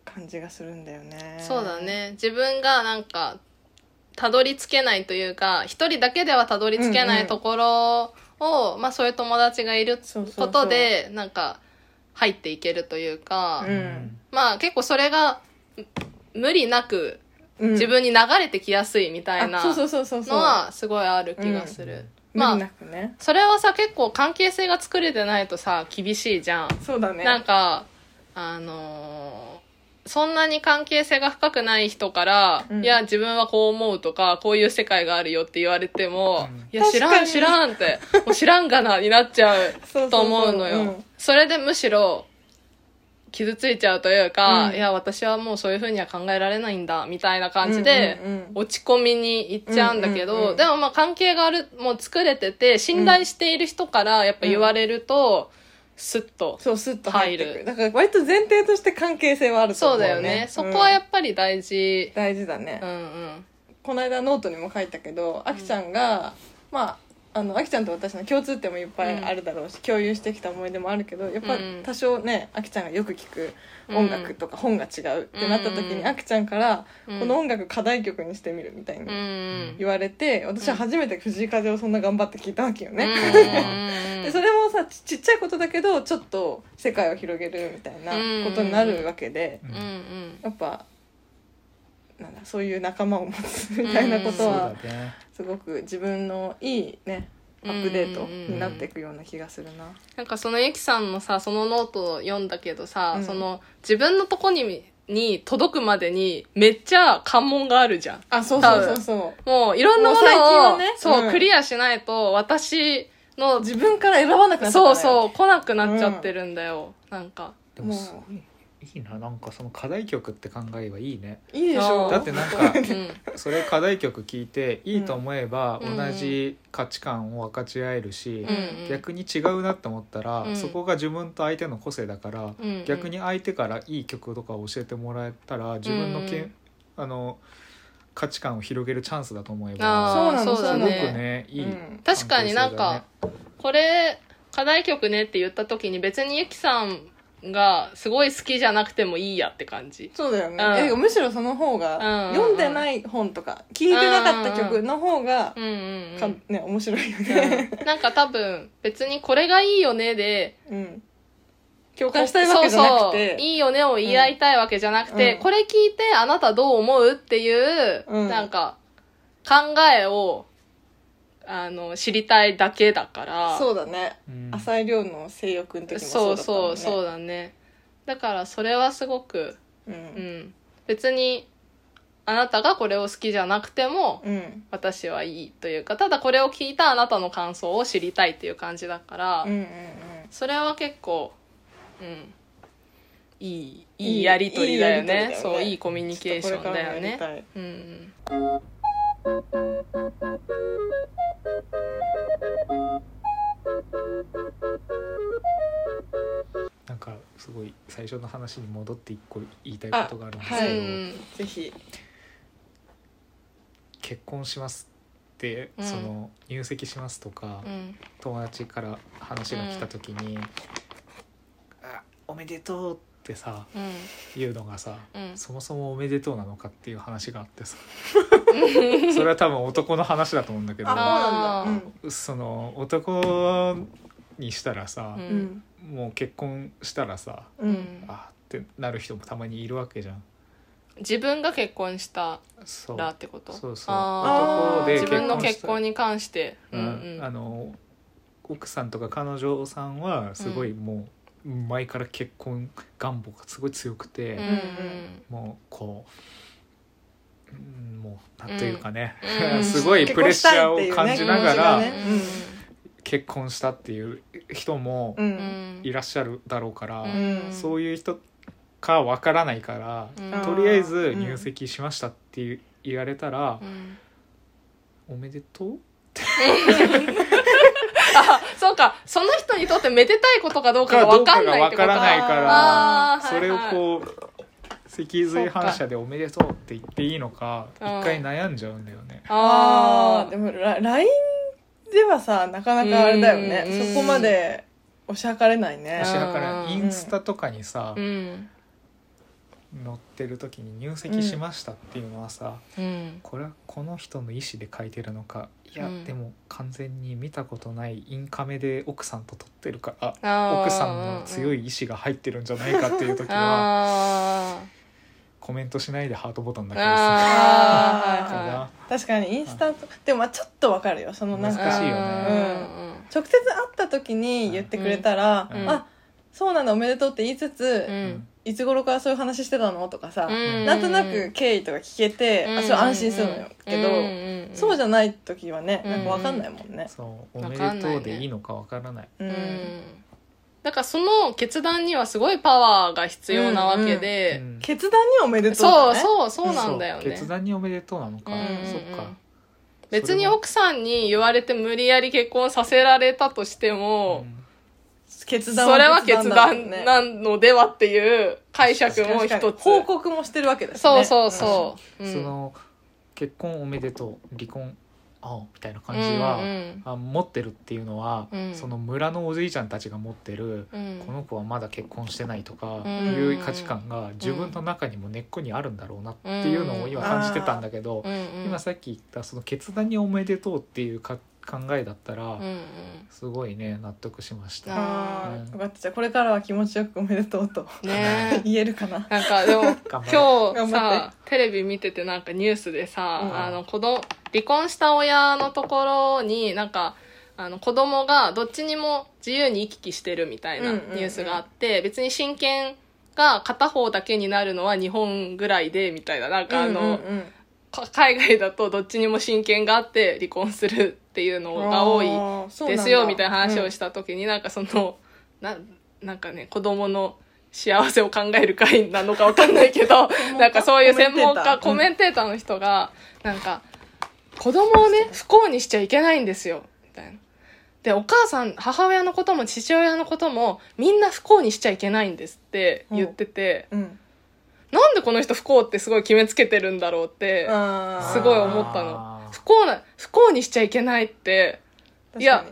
Speaker 2: 感じがするんだよね。
Speaker 1: そうだね自分がなんかたどり着けないというか一人だけではたどり着けな
Speaker 2: うんう
Speaker 1: い
Speaker 2: ん
Speaker 1: ところを、まあ、そういう友達がいる
Speaker 2: そうそうそう
Speaker 1: ことでなんか入っていけるというか、
Speaker 2: うん
Speaker 1: まあ結構それがむ無理なく
Speaker 2: うん
Speaker 1: 自分に流れてきやすいみたいな
Speaker 2: あそうそ
Speaker 1: の
Speaker 2: うそうそうそう
Speaker 1: はすごいある気がする、
Speaker 2: 無
Speaker 1: ま
Speaker 2: 理
Speaker 1: あ
Speaker 2: なくね、
Speaker 1: それはさ結構関係性が作れてないとさ厳しいじゃん。
Speaker 2: そうだね
Speaker 1: なんかあのーそんなに関係性が深くない人から、
Speaker 2: うん
Speaker 1: いや自分はこう思うとかこういう世界があるよって言われても、
Speaker 3: うん
Speaker 1: いや知
Speaker 2: 確
Speaker 1: ら
Speaker 2: か
Speaker 1: ん
Speaker 2: に
Speaker 1: 知らんってもう知らんがなになっちゃう
Speaker 2: そうそうそう
Speaker 1: と思うのよ。
Speaker 2: うん
Speaker 1: それでむしろ傷ついちゃうというか、
Speaker 2: うん
Speaker 1: いや私はもうそういうふうには考えられないんだみたいな感じで。
Speaker 2: うんうんうん
Speaker 1: 落ち込みに行っちゃうんだけど、
Speaker 2: うんうんうん
Speaker 1: でもまあ関係があるもう作れてて信頼している人からやっぱ言われると、スッと
Speaker 2: そうスッと入ってく
Speaker 1: 入
Speaker 2: る
Speaker 1: る
Speaker 2: だから割と前提として関係性はあると
Speaker 1: そ
Speaker 2: 思
Speaker 1: う
Speaker 2: う、
Speaker 1: だ
Speaker 2: ね、
Speaker 1: よね、そこはや
Speaker 2: っ
Speaker 1: っぱり大事
Speaker 2: ぱ、大事だね、
Speaker 1: うん、うん
Speaker 2: この間ノートにも書いたけどあきちゃんが、まああのあきちゃんと私の共通点もいっぱいあるだろうし、共有してきた思い出もあるけどやっぱ
Speaker 1: うん
Speaker 2: 多少ねあきちゃんがよく聞く音楽とか本が違うってなった時に、
Speaker 1: うん
Speaker 2: あきちゃんから、
Speaker 1: うん
Speaker 2: この音楽課題曲にしてみるみたいに
Speaker 1: うんうん
Speaker 2: 言われて私は初めて藤井風をそんな頑張って聞いたわけよね、
Speaker 1: うん
Speaker 2: でそれもさちちっちゃいことだけどちょっと世界を広げるみたいなことになるわけで、
Speaker 3: うん
Speaker 1: うんうん
Speaker 2: やっぱなんだそういう仲間を持つみたいなこと
Speaker 3: そう
Speaker 2: は
Speaker 3: だね
Speaker 2: すごく自分のいいねアップデートになっていくような気がするな。
Speaker 1: なんかそのゆきさんのさそのノートを読んだけどさ、
Speaker 2: うん
Speaker 1: その自分のとこにに届くまでにめっちゃ関門があるじゃん
Speaker 2: あそうそうそうそ
Speaker 1: もういろんなも
Speaker 2: もう最近
Speaker 1: の
Speaker 2: は
Speaker 1: を、
Speaker 2: ね
Speaker 1: そう、
Speaker 2: うん
Speaker 1: クリアしないと私
Speaker 2: う
Speaker 1: の
Speaker 2: 自分から選ばなくなったから
Speaker 1: そう
Speaker 2: う
Speaker 1: そう来なくなっちゃってるんだよ、なんか
Speaker 3: でもすごいいいななんかその課題曲って考えはいいね
Speaker 2: いいでし
Speaker 1: あ
Speaker 2: ょ
Speaker 1: ー
Speaker 3: だってなんか
Speaker 1: うん
Speaker 3: それ課題曲聞い ていいと思えば
Speaker 1: うん
Speaker 3: 同じ価値観を分かち合えるし、
Speaker 1: うん
Speaker 3: 逆に違うなって思ったら、
Speaker 1: うん
Speaker 3: そこが自分と相手の個性だから、
Speaker 1: うん
Speaker 3: 逆に相手からいい曲とかを教えてもらえたら自分のけ、
Speaker 1: うん
Speaker 3: あの価値観を広げるチャンスだと思え
Speaker 1: あ
Speaker 3: ば
Speaker 1: ー
Speaker 2: そうなの
Speaker 1: そう
Speaker 3: す
Speaker 1: だ
Speaker 3: ごく
Speaker 2: なの
Speaker 1: ね
Speaker 3: ねいい、
Speaker 2: うん
Speaker 1: 確かになんかこれ課題曲ねって言った時に別にゆきさんがすごい好きじゃなくてもいいやって感じ
Speaker 2: そうだよね、
Speaker 1: うん
Speaker 2: えむしろその方が、
Speaker 1: うん
Speaker 2: 読んでない本とか聞いてなかった曲の方が、
Speaker 1: うんうん、う
Speaker 2: か
Speaker 1: ん
Speaker 2: ね面白いよね、
Speaker 1: うん、なんか多分別にこれがいいよねで
Speaker 2: うん、共感したいわけじゃなく
Speaker 1: そうそう
Speaker 2: て
Speaker 1: いいよねを言い合いたいわけじゃなくて、
Speaker 2: うん
Speaker 1: これ聞いてあなたどう思うっていう、
Speaker 2: うん
Speaker 1: なんか考えをあの知りたいだけだから
Speaker 2: そうだね
Speaker 3: うん
Speaker 2: 浅井亮の性欲の時も
Speaker 1: そ
Speaker 2: そううだったもん
Speaker 1: そ
Speaker 2: ね
Speaker 1: うそうだねだからそれはすごく、
Speaker 2: う
Speaker 1: うんん、別にあなたがこれを好きじゃなくても
Speaker 2: うん
Speaker 1: 私はいいというかただこれを聞いたあなたの感想を知りたいっていう感じだから、
Speaker 2: うんうんうん
Speaker 1: それは結構、うん、いい
Speaker 2: い
Speaker 1: いいやりとりだよね
Speaker 2: いいやりとりだ
Speaker 1: そ
Speaker 2: よね
Speaker 1: ういいコミュニケーションだよ
Speaker 2: ちょっとこれ
Speaker 1: ね
Speaker 2: からもやり
Speaker 1: うんうん
Speaker 3: なんかすごい最初の話に戻って一個言いたいことがあるんですけど、
Speaker 2: はいう
Speaker 1: うん
Speaker 2: たいぜひ
Speaker 3: 結婚しますって、
Speaker 1: うん
Speaker 3: その入籍しますとか、
Speaker 1: うん
Speaker 3: 友達から話が来た時に「あおめでとう」ってさ
Speaker 1: うん
Speaker 3: 言うのがさ、
Speaker 1: うん
Speaker 3: そもそも「おめでとう」なのかっていう話があってさそれは多分男の話だと思うんだけど
Speaker 2: あそうなんだ
Speaker 3: その男にしたらさ、
Speaker 1: うん
Speaker 2: うん
Speaker 3: もう結婚したらさ
Speaker 2: う
Speaker 1: うんん
Speaker 3: あってなる人もたまにいるわけじゃん。
Speaker 1: 自分が結婚した
Speaker 3: そう
Speaker 1: らってこと
Speaker 3: そうそう
Speaker 1: あー
Speaker 2: 男で
Speaker 1: 自分の
Speaker 3: 結婚し
Speaker 1: 結
Speaker 3: た
Speaker 1: 婚に関してう
Speaker 3: うん
Speaker 1: うん
Speaker 3: あの奥さんとか彼女さんはすごいもう前から結婚願望がすごい強くて、
Speaker 1: うん
Speaker 3: もうこう、うん、もうなんというかね、
Speaker 1: うん
Speaker 3: すごいプレッシャーを感じながら
Speaker 2: 結婚したいっていうね
Speaker 3: 結婚したっていう人も
Speaker 2: うんう
Speaker 1: うんん
Speaker 3: いらっしゃるだろうから、
Speaker 1: うん
Speaker 3: そういう人かわからないから、
Speaker 1: うん
Speaker 3: とりあえず入籍しましたっていう言われたら
Speaker 1: う、ん
Speaker 3: おめでとう
Speaker 1: あそうかその人にとってめでたいことかどうかが分かんないってこと
Speaker 3: かどうかが分からない
Speaker 2: から
Speaker 1: あー
Speaker 3: それを
Speaker 1: はいはい
Speaker 3: こう脊髄反射で「おめでとう」って言っていいのか
Speaker 1: うん
Speaker 3: 一回悩んじゃうんだよね。
Speaker 1: あ
Speaker 2: あー
Speaker 1: ー
Speaker 2: でもラ LINE ではさなかなかあれだよ
Speaker 1: うんうん
Speaker 2: ねそこまでおしゃかれない
Speaker 1: ん
Speaker 2: ね
Speaker 3: 私だから
Speaker 1: うん
Speaker 3: インスタとかにさ
Speaker 1: うん
Speaker 3: 載ってる時に「入籍しました」っていうのはさ
Speaker 1: うん
Speaker 3: これはこの人の意思で書いてるのかいや
Speaker 1: うん
Speaker 3: でも完全に見たことないインカメで奥さんと撮ってるから
Speaker 1: あー
Speaker 3: 奥さんの強い意志が入ってるんじゃないかっていう時は
Speaker 1: あ
Speaker 3: コメントしないでハートボタンだ
Speaker 1: ー
Speaker 3: け押す
Speaker 1: あー
Speaker 3: か
Speaker 1: はいはい
Speaker 3: な
Speaker 2: 確かにインスタとでもまあちょっとわかるよそのなん
Speaker 3: 難しい
Speaker 2: か
Speaker 3: よ
Speaker 2: ね直接会った時に言ってくれたら
Speaker 3: うん
Speaker 2: あそうなんだおめでとうって言いつつ
Speaker 1: うんうん
Speaker 2: いつ頃からそういう話してたのとかさ
Speaker 1: うん
Speaker 2: なんとなく経緯とか聞けて
Speaker 1: うん
Speaker 2: あそれ安心するのよけ
Speaker 1: うん
Speaker 2: ど
Speaker 1: んん
Speaker 2: そうじゃない時はね
Speaker 1: うん
Speaker 2: なんかわかんないもんね
Speaker 3: そう「お
Speaker 1: わ
Speaker 3: め
Speaker 1: かん
Speaker 3: で
Speaker 1: ないね
Speaker 3: とう」でいいのかわからない。
Speaker 2: うん
Speaker 1: だからその決断にはすごいパワーが必要なわけで、
Speaker 3: うん
Speaker 2: 決断におめでとう
Speaker 1: そう
Speaker 2: だね
Speaker 1: そうそうなんだよね、
Speaker 3: そう決断におめでとうなのか、
Speaker 1: うんうんうん
Speaker 3: そっか
Speaker 1: 別に
Speaker 3: それも
Speaker 1: 奥さんに言われて無理やり結婚させられたとして
Speaker 3: う
Speaker 1: も、
Speaker 3: ん
Speaker 2: 決
Speaker 1: それは
Speaker 2: 断
Speaker 1: 決
Speaker 2: だもん
Speaker 1: 断
Speaker 2: ね
Speaker 1: なのではっていう解釈も
Speaker 2: 確か
Speaker 1: 一
Speaker 2: に
Speaker 1: つ
Speaker 2: 報告もしてるわけだしね
Speaker 1: そうそうそう、うん
Speaker 3: その結婚おめでとう離婚あおみたいな感じは、
Speaker 1: うんうん
Speaker 3: あ持ってるっていうのは、
Speaker 1: うん
Speaker 3: その村のおじいちゃんたちが持ってる、
Speaker 1: うん
Speaker 3: この子はまだ結婚してないとか
Speaker 1: う
Speaker 3: い
Speaker 1: ん
Speaker 3: う価値観が自分の中にも根っこにあるんだろうなっていうのを今感じてたんだけど、
Speaker 1: うんうん
Speaker 3: 今さっき言ったその決断におめでとうっていうか考えだったら、
Speaker 1: うんうん
Speaker 3: すごいね納得しました。
Speaker 2: あ
Speaker 3: うん
Speaker 2: ーよかったじゃあこれからは気持ちよくおめでとうと
Speaker 1: ねえ
Speaker 2: 言えるかな
Speaker 1: なんかでも
Speaker 3: 頑張
Speaker 1: 今日
Speaker 2: 頑張
Speaker 1: さテレビ見ててなんかニュースでさ、
Speaker 2: うん
Speaker 1: あの子供離婚した親のところになんかあの子供がどっちにも自由に行き来してるみたいな
Speaker 2: う
Speaker 1: ニ
Speaker 2: んうんうん
Speaker 1: ュースがあって、別に親権が片方だけになるのは日本ぐらいでみたいななんかあの、
Speaker 2: うんうん
Speaker 1: か海外だとどっちにも親権があって離婚するっていうのが多い
Speaker 2: あーそう
Speaker 1: で
Speaker 2: なん
Speaker 1: す
Speaker 2: だ
Speaker 1: よみたいな話をした時に、なんかそのななんかね子供の幸せを考える会なのかわかんないけど なんかそういう専門家コメンテーターの人がなんか子供をね不幸にしちゃいけないんですよみたいな。でお母さん母親のことも父親のこともみんな不幸にしちゃいけないんですって言ってて、
Speaker 2: うん
Speaker 1: なんでこの人不幸ってすごい決めつけてるんだろうって
Speaker 2: あー
Speaker 1: すごい思った
Speaker 3: あ
Speaker 1: の
Speaker 3: ー
Speaker 1: 不幸な不幸にしちゃいけないって
Speaker 2: 確かに
Speaker 1: いや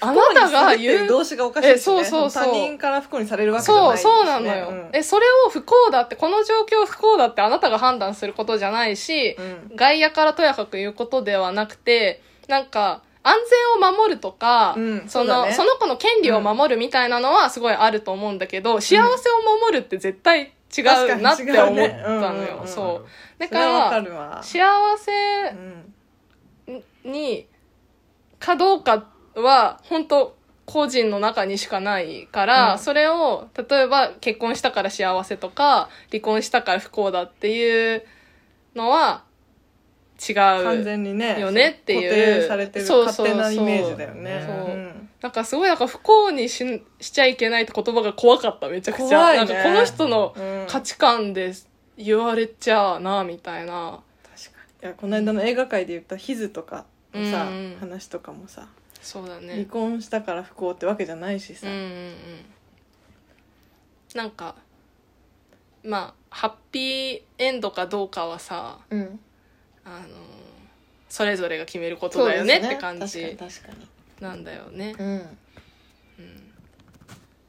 Speaker 1: あなたが
Speaker 2: 不幸にするって
Speaker 1: 言
Speaker 2: いうう動詞がおかしいし、ね、
Speaker 1: えそうそうそう
Speaker 2: 他人から不幸にされるわけじゃな
Speaker 1: そ
Speaker 2: いうし、ね、
Speaker 1: そうなのよ、
Speaker 2: うん
Speaker 1: えそれを不幸だってこの状況不幸だってあなたが判断することじゃないし、
Speaker 2: うん
Speaker 1: 外野からとやかく言うことではなくてなんか安全を守るとか、
Speaker 2: うん
Speaker 1: そ
Speaker 2: そうだ
Speaker 1: の
Speaker 2: ね
Speaker 1: その子の権利を守るみたいなのはすごいあると思うんだけど、幸せを守るって絶対違うなって
Speaker 2: 確か
Speaker 1: 思
Speaker 2: に
Speaker 1: っ
Speaker 2: 違うね
Speaker 1: たの
Speaker 2: うんうん
Speaker 1: よ
Speaker 2: うん
Speaker 1: そうだ
Speaker 2: それはわ
Speaker 1: か
Speaker 2: からるわ
Speaker 1: 幸せ
Speaker 2: うん
Speaker 1: にかどうかは本当個人の中にしかないから、
Speaker 2: うん
Speaker 1: それを例えば結婚したから幸せとか離婚したから不幸だっていうのは違
Speaker 2: 完
Speaker 1: う
Speaker 2: 全にね
Speaker 1: よねっていう
Speaker 2: 固定されてる
Speaker 1: そうそうそう
Speaker 2: 勝手なイメージだよね
Speaker 1: そうんなんかすごいなんか不幸にししちゃいけないって言葉が怖かっためちゃくちゃ、
Speaker 2: 怖い
Speaker 1: な
Speaker 2: ね
Speaker 1: んかこの人の
Speaker 2: うん
Speaker 1: 価値観で言われちゃうなみたいな
Speaker 2: 確かにいやこの間の映画界で言ったヒズとかのさ、
Speaker 1: うんうん
Speaker 2: 話とかもさ、
Speaker 1: そうだね
Speaker 2: 離婚したから不幸ってわけじゃないしさ、
Speaker 1: うんうんうんなんかまあハッピーエンドかどうかはさ、
Speaker 2: うん
Speaker 1: あのそれぞれが決めることだよねって感
Speaker 2: 確
Speaker 1: じ
Speaker 2: かに確か
Speaker 1: なんだよね、
Speaker 2: に、うん、
Speaker 1: うん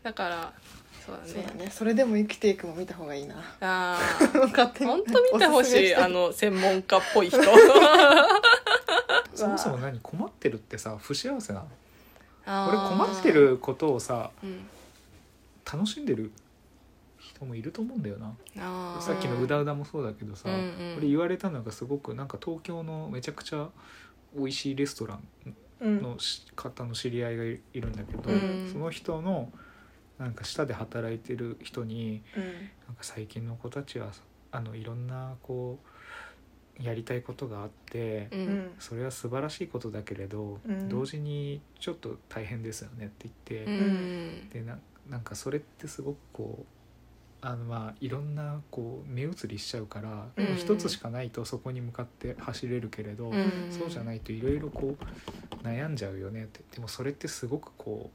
Speaker 1: だからそうだね
Speaker 2: そうだねそれでも生きていくも見た方がいいな
Speaker 1: あ
Speaker 2: 勝手
Speaker 1: あ
Speaker 2: に
Speaker 1: 本当見てほし
Speaker 2: おすすめ
Speaker 1: い
Speaker 2: てる
Speaker 1: あの専門家っぽい人
Speaker 3: そもそも何困ってるってさ不幸せなの
Speaker 1: あ
Speaker 3: 俺
Speaker 1: ー
Speaker 3: 困ってることをさ
Speaker 1: うん
Speaker 3: 楽しんでる人もいると思うんだよな
Speaker 1: あー
Speaker 3: さっきのうだうだもそうだけどさ、
Speaker 1: うんうん
Speaker 3: 俺言われたのがすごくなんか東京のめちゃくちゃ美味しいレストラン
Speaker 2: うん
Speaker 3: のし方の知り合いがいるんだけど、
Speaker 1: うん
Speaker 3: その人のなんか下で働いてる人に
Speaker 2: うん
Speaker 3: なんか最近の子たちはあのいろんなこうやりたいことがあって、
Speaker 1: う
Speaker 2: うんん
Speaker 3: それは素晴らしいことだけれど、
Speaker 2: うん
Speaker 3: 同時にちょっと大変ですよねって言って。
Speaker 1: うんうん
Speaker 3: でななんかそれってすごくこうあのまあいろんなこう目移りしちゃうから
Speaker 1: うん
Speaker 3: こう一、つしかないとそこに向かって走れるけれど、
Speaker 1: うん
Speaker 3: そうじゃないといろいろこう悩んじゃうよねってでもそれってすごくこ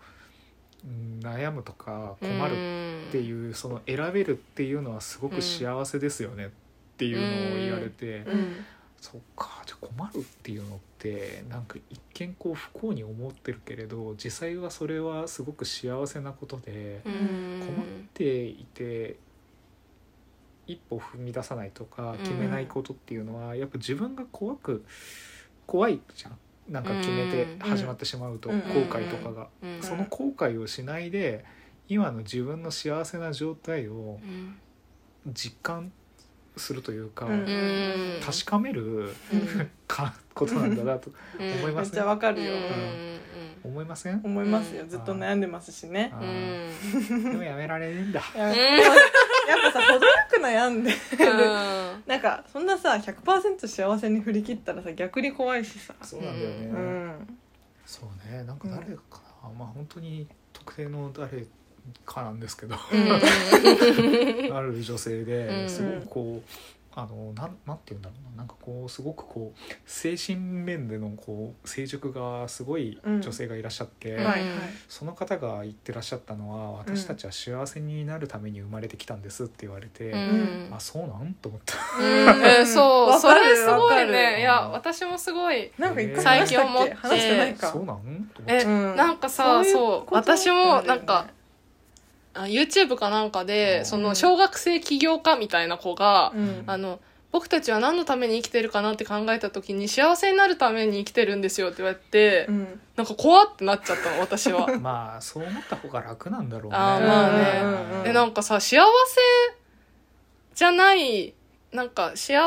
Speaker 3: ううん悩むとか困るっていう、その選べるっていうのはすごく幸せですよねっていうのを言われて、
Speaker 1: ん
Speaker 2: うん
Speaker 3: そっかじゃあ困るっていうのってなんか一見こう不幸に思ってるけれど実際はそれはすごく幸せなことで
Speaker 1: う、ん
Speaker 3: 困っていて一歩踏み出さないとか
Speaker 1: ん
Speaker 3: 決めないことっていうのは、やっぱ自分が怖く怖いじゃんなんか決めて
Speaker 1: うん
Speaker 3: 始まってしまうと、
Speaker 2: うん
Speaker 3: 後悔とかが、
Speaker 1: うん
Speaker 3: その後悔をしないで今の自分の幸せな状態を
Speaker 1: うん
Speaker 3: 実感するというか、
Speaker 2: うん
Speaker 1: うん
Speaker 3: 確かめる
Speaker 1: うん
Speaker 3: かことなんだなと
Speaker 1: うん
Speaker 3: 思い
Speaker 2: め
Speaker 3: ま
Speaker 2: っ
Speaker 3: す
Speaker 2: ちゃわかるよ、
Speaker 1: う
Speaker 3: 思いません
Speaker 2: 思いますよずっと悩んでますしね
Speaker 3: あ
Speaker 1: んうんうん
Speaker 3: ーでもやめられねえんだ
Speaker 2: いや
Speaker 1: うん
Speaker 2: やっぱさ程よく悩んで
Speaker 1: うん
Speaker 2: なんかそんなさ100%幸せに振り切ったらさ逆に怖いしさ
Speaker 3: そうなんだよね、
Speaker 2: うん
Speaker 3: そうねなんか誰かな、まあ本当に特定の誰かなんですけど、ある女性
Speaker 1: う
Speaker 3: で
Speaker 1: ん
Speaker 3: すごくこう、あのなんなんていうんだろうななんかこうすごくこう精神面でのこう成熟がすごい女性がいらっしゃって、
Speaker 1: うん
Speaker 2: はいはい
Speaker 3: その方が言ってらっしゃったのは私たちは幸せになるために生まれてきたんですって言われて、
Speaker 1: うん
Speaker 3: あそうなんと思った
Speaker 1: うんえそう
Speaker 2: わ
Speaker 1: そ
Speaker 2: かる
Speaker 1: れすごい
Speaker 2: わかる
Speaker 1: ねいや私もすごい
Speaker 2: なんか一回
Speaker 1: 最
Speaker 2: 話し
Speaker 1: 近思
Speaker 2: たっ
Speaker 1: って
Speaker 2: け話してないか
Speaker 3: そうなんと思っ
Speaker 1: え
Speaker 3: て
Speaker 2: うん
Speaker 1: なんかさ
Speaker 2: い
Speaker 1: そう
Speaker 2: こと
Speaker 1: 私もなん
Speaker 2: だよ
Speaker 1: か
Speaker 2: ね
Speaker 1: あ YouTube かなんか
Speaker 3: う
Speaker 1: で
Speaker 3: ん
Speaker 1: その小学生起業家みたいな子が
Speaker 2: うん
Speaker 1: あの僕たちは何のために生きてるかなって考えた時に幸せになるために生きてるんですよって言われて
Speaker 2: うん
Speaker 1: なんか怖ってなっちゃったの私は
Speaker 3: まあそう思った方が楽なんだろうね。
Speaker 1: あーまあね
Speaker 2: うん
Speaker 1: えなんかさ幸せじゃないなんか幸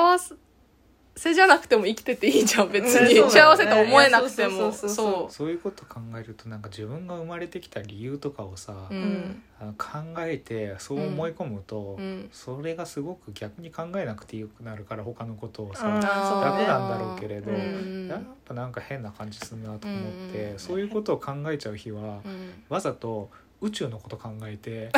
Speaker 1: せじゃなくても生きてていいじゃん別
Speaker 2: うんそうだ
Speaker 1: に、
Speaker 2: よね
Speaker 1: 幸せと思えなくて
Speaker 2: いや
Speaker 1: も
Speaker 2: そうそうそうそう
Speaker 1: そ
Speaker 3: そういうこと考えるとなんか自分が生まれてきた理由とかをさ、
Speaker 1: うう
Speaker 2: うん
Speaker 1: ん
Speaker 3: あの考えてそう思い込むと、
Speaker 1: うん
Speaker 3: それがすごく逆に考えなくてよくなるから他のことを
Speaker 2: あ
Speaker 3: さ
Speaker 2: ー
Speaker 3: 楽
Speaker 2: そうね
Speaker 3: なんだろうけれど、
Speaker 2: うん
Speaker 3: やっぱなんか変な感じするなと思って、
Speaker 1: うん
Speaker 3: そういうことを考えちゃう日は、
Speaker 1: うん
Speaker 3: わざと宇宙のこと考 えて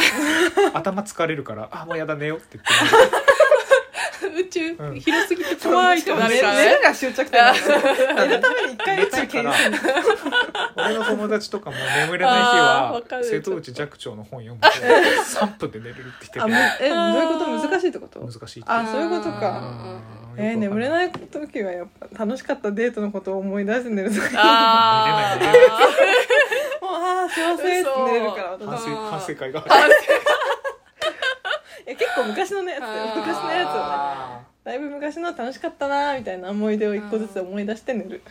Speaker 3: 頭疲れるから「あもうやだ寝よう」って言って
Speaker 1: 宇宙、
Speaker 3: うん
Speaker 1: 広すぎて怖いってなるから
Speaker 2: 寝
Speaker 1: ね
Speaker 2: るが終着点 だ
Speaker 1: あ
Speaker 2: 寝るために一回
Speaker 3: 寝
Speaker 2: 宇
Speaker 3: た
Speaker 2: 宙
Speaker 3: いか
Speaker 2: 研
Speaker 3: ら
Speaker 2: 究
Speaker 3: 俺の友達とかも眠れない日
Speaker 1: あーわ
Speaker 3: は
Speaker 1: かる
Speaker 3: 瀬戸内寂聴の本読むと3分で寝れるって言
Speaker 2: あ
Speaker 3: っ
Speaker 2: む
Speaker 3: て
Speaker 2: えどういうこと難しいってこと
Speaker 3: て難しいって
Speaker 2: あそういうことか
Speaker 1: あ
Speaker 2: えー、眠れ
Speaker 3: い
Speaker 2: ない時はやっぱ楽しかったデートのことを思い出して寝る時もう
Speaker 1: あ
Speaker 3: 寝れ
Speaker 1: ー
Speaker 2: ああ幸せって寝れるから
Speaker 1: 嘘
Speaker 2: 私
Speaker 3: 反
Speaker 1: あ
Speaker 3: 省
Speaker 1: ー
Speaker 3: 反省会が
Speaker 2: え結構昔のねやつだよ
Speaker 1: あー
Speaker 2: 昔のやつをね
Speaker 3: あ
Speaker 2: だいぶ昔の楽しかったなーみたいな思い出を一個ずつ思い出して寝る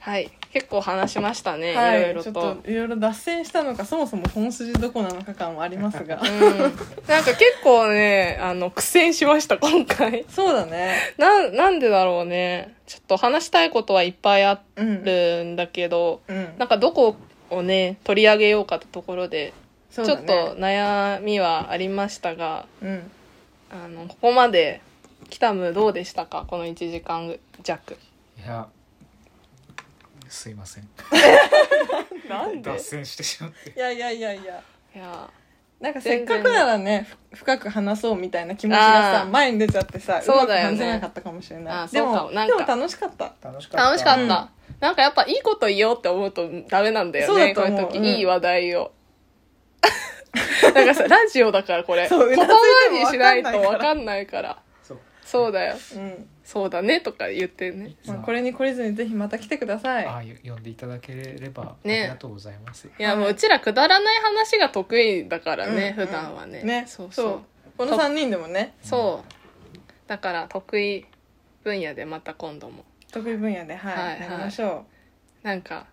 Speaker 1: はい結構話しましたね、、
Speaker 2: はいい
Speaker 1: ろいろ
Speaker 2: ちょ
Speaker 1: と
Speaker 2: っといろいろ脱線したのかそもそも本筋どこなのか感はありますが
Speaker 1: うんなんか結構ねあの苦戦しました今回
Speaker 2: そうだね
Speaker 1: なんなんでだろうねちょっと話したいことはいっぱいあ
Speaker 2: うん
Speaker 1: るんだけど、
Speaker 2: うん
Speaker 1: なんかどこをね取り上げようかってところで、
Speaker 2: ちょ
Speaker 1: ちょっと悩みはありましたが
Speaker 2: うん
Speaker 1: あのここまでキタムどうでしたかこの1時間弱
Speaker 3: ーいやすいません
Speaker 1: なん
Speaker 3: 脱線してしまって
Speaker 2: いやいやいやいや
Speaker 1: いや
Speaker 2: なんかせっかくならねふ深く話そうみたいな気持ちが
Speaker 1: あ
Speaker 2: さ
Speaker 1: ー
Speaker 2: 前に出ちゃってさ
Speaker 1: そうだよね
Speaker 2: まく話せなかったかもしれな
Speaker 1: あー
Speaker 2: いで
Speaker 1: そうかも
Speaker 2: も
Speaker 1: なん
Speaker 2: で
Speaker 1: か
Speaker 2: も楽しかった
Speaker 3: 楽しかった
Speaker 1: 楽しかった、
Speaker 2: うん
Speaker 1: なんかやっぱいいこと言おうって思うとダメなんだよね
Speaker 2: そうだと思う
Speaker 1: こういう時、
Speaker 2: うん
Speaker 1: いい話題を なんかさラジオだからこれこ
Speaker 2: そ
Speaker 1: こ
Speaker 2: う
Speaker 1: までにしないと分かんないから
Speaker 3: そう
Speaker 1: そうだよ
Speaker 2: うん
Speaker 1: そうだねとか言ってね
Speaker 2: まあこれに懲りずにぜひまた来てください
Speaker 3: ああよ呼んでいただければあ
Speaker 1: ね
Speaker 3: りがとうございます、
Speaker 1: いや
Speaker 2: はい
Speaker 1: もううちらくだらない話が得意だからね、
Speaker 2: うんうん
Speaker 1: 普段はね
Speaker 2: ね
Speaker 1: そうそう
Speaker 2: そうこの3人でもね
Speaker 1: そうだから得意分野でまた今度も
Speaker 2: 得意分野で
Speaker 1: は
Speaker 2: はいいやりましょ
Speaker 1: なんか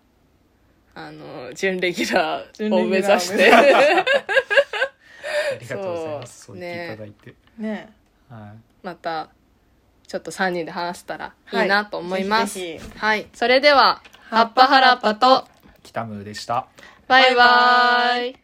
Speaker 1: あの準レギュラー
Speaker 2: 準
Speaker 1: を
Speaker 2: レギ
Speaker 1: 目
Speaker 2: ュラーを目
Speaker 1: 指
Speaker 2: 指
Speaker 1: し
Speaker 2: して
Speaker 1: て
Speaker 3: ありがとうございます
Speaker 1: そ
Speaker 3: そうう言っていただいて、
Speaker 2: うね
Speaker 3: はい
Speaker 1: またちょっと3人で話せたら
Speaker 2: はい
Speaker 1: いいなと思います、
Speaker 2: ぜひぜ
Speaker 1: はいそれでは「
Speaker 2: ひ
Speaker 1: 葉っぱはらっぱ」と
Speaker 3: 北村でした
Speaker 1: バイバ
Speaker 2: バイ
Speaker 1: イ
Speaker 2: バ
Speaker 1: イ